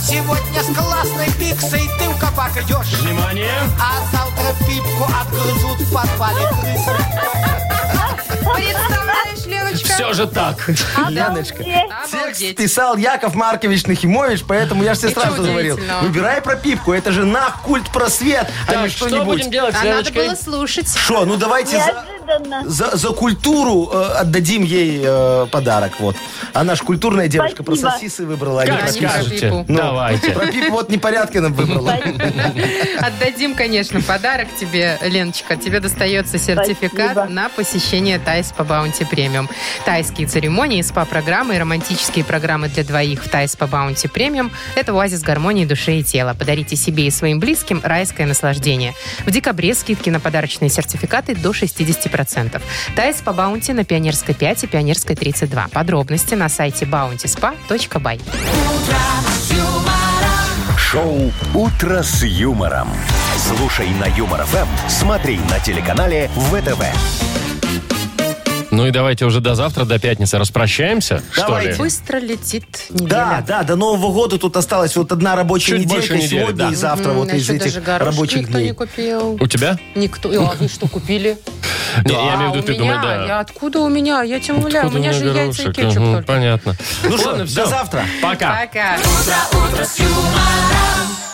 H: Сегодня с классной пиксой ты в кабак идешь.
B: Внимание!
H: А завтра пипку отгрызут в подвале крысы.
C: представляешь, Леночка?
B: Все же так.
D: Леночка. Текст
C: Обалдеть.
D: писал Яков Маркович Нахимович, поэтому я же тебе
C: Ничего
D: сразу говорил.
C: удивительного.
D: Выбирай пропивку, это же нах культ просвет, а не
B: Так, что будем
D: что-нибудь.
B: делать с
C: А надо
B: Леночкой?
C: было слушать.
D: Что, ну давайте за,
I: Неожиданно.
D: за, за культуру э, отдадим ей э, подарок, вот. Она ж культурная девушка,
I: Спасибо.
D: про сосисы выбрала. а не
B: Как
D: про
C: Они
D: пиво.
B: скажете.
C: пипку.
D: Ну,
B: Давайте.
D: Про пиво вот непорядки нам выбрала.
C: Отдадим, конечно, подарок тебе, Леночка. Тебе достается сертификат
I: Спасибо.
C: на посещение Тайс по Баунти Премиум. Тайские церемонии, СПА-программы и романтические программы для двоих в Тайс по Баунти Премиум – это оазис гармонии души и тела. Подарите себе и своим близким райское наслаждение. В декабре скидки на подарочные сертификаты до 60%. Тайс по Баунти на Пионерской 5 и Пионерской 32. Подробности на сайте bountyspa.by.
A: Шоу «Утро с юмором». Слушай на Юмор ФМ, смотри на телеканале ВТВ.
B: Ну и давайте уже до завтра, до пятницы распрощаемся, что ли?
D: Давайте.
C: Быстро летит
D: Да,
C: неделя.
D: да, до Нового года тут осталась вот одна рабочая
B: Чуть больше
D: неделька
B: недели,
D: сегодня
B: да.
D: и завтра
C: М,
D: вот
C: а
D: из
C: еще даже
D: этих
C: горошек
D: рабочих
C: никто не
D: дней.
C: купил.
B: У тебя?
C: Никто. И, а вы что, купили?
B: Не, я
C: А,
B: имею в виду,
C: у
B: ты
C: меня?
B: думаешь, да.
C: Я откуда у меня? Я тем более, у
B: Откуда
C: меня же яйца и
B: горошек?
C: кетчуп
B: Мгм,
C: только.
B: Понятно.
D: Ну что,
B: Ладно,
D: до
B: всё.
D: завтра.
B: Пока.
C: Пока.
H: Утро, утро с юмором.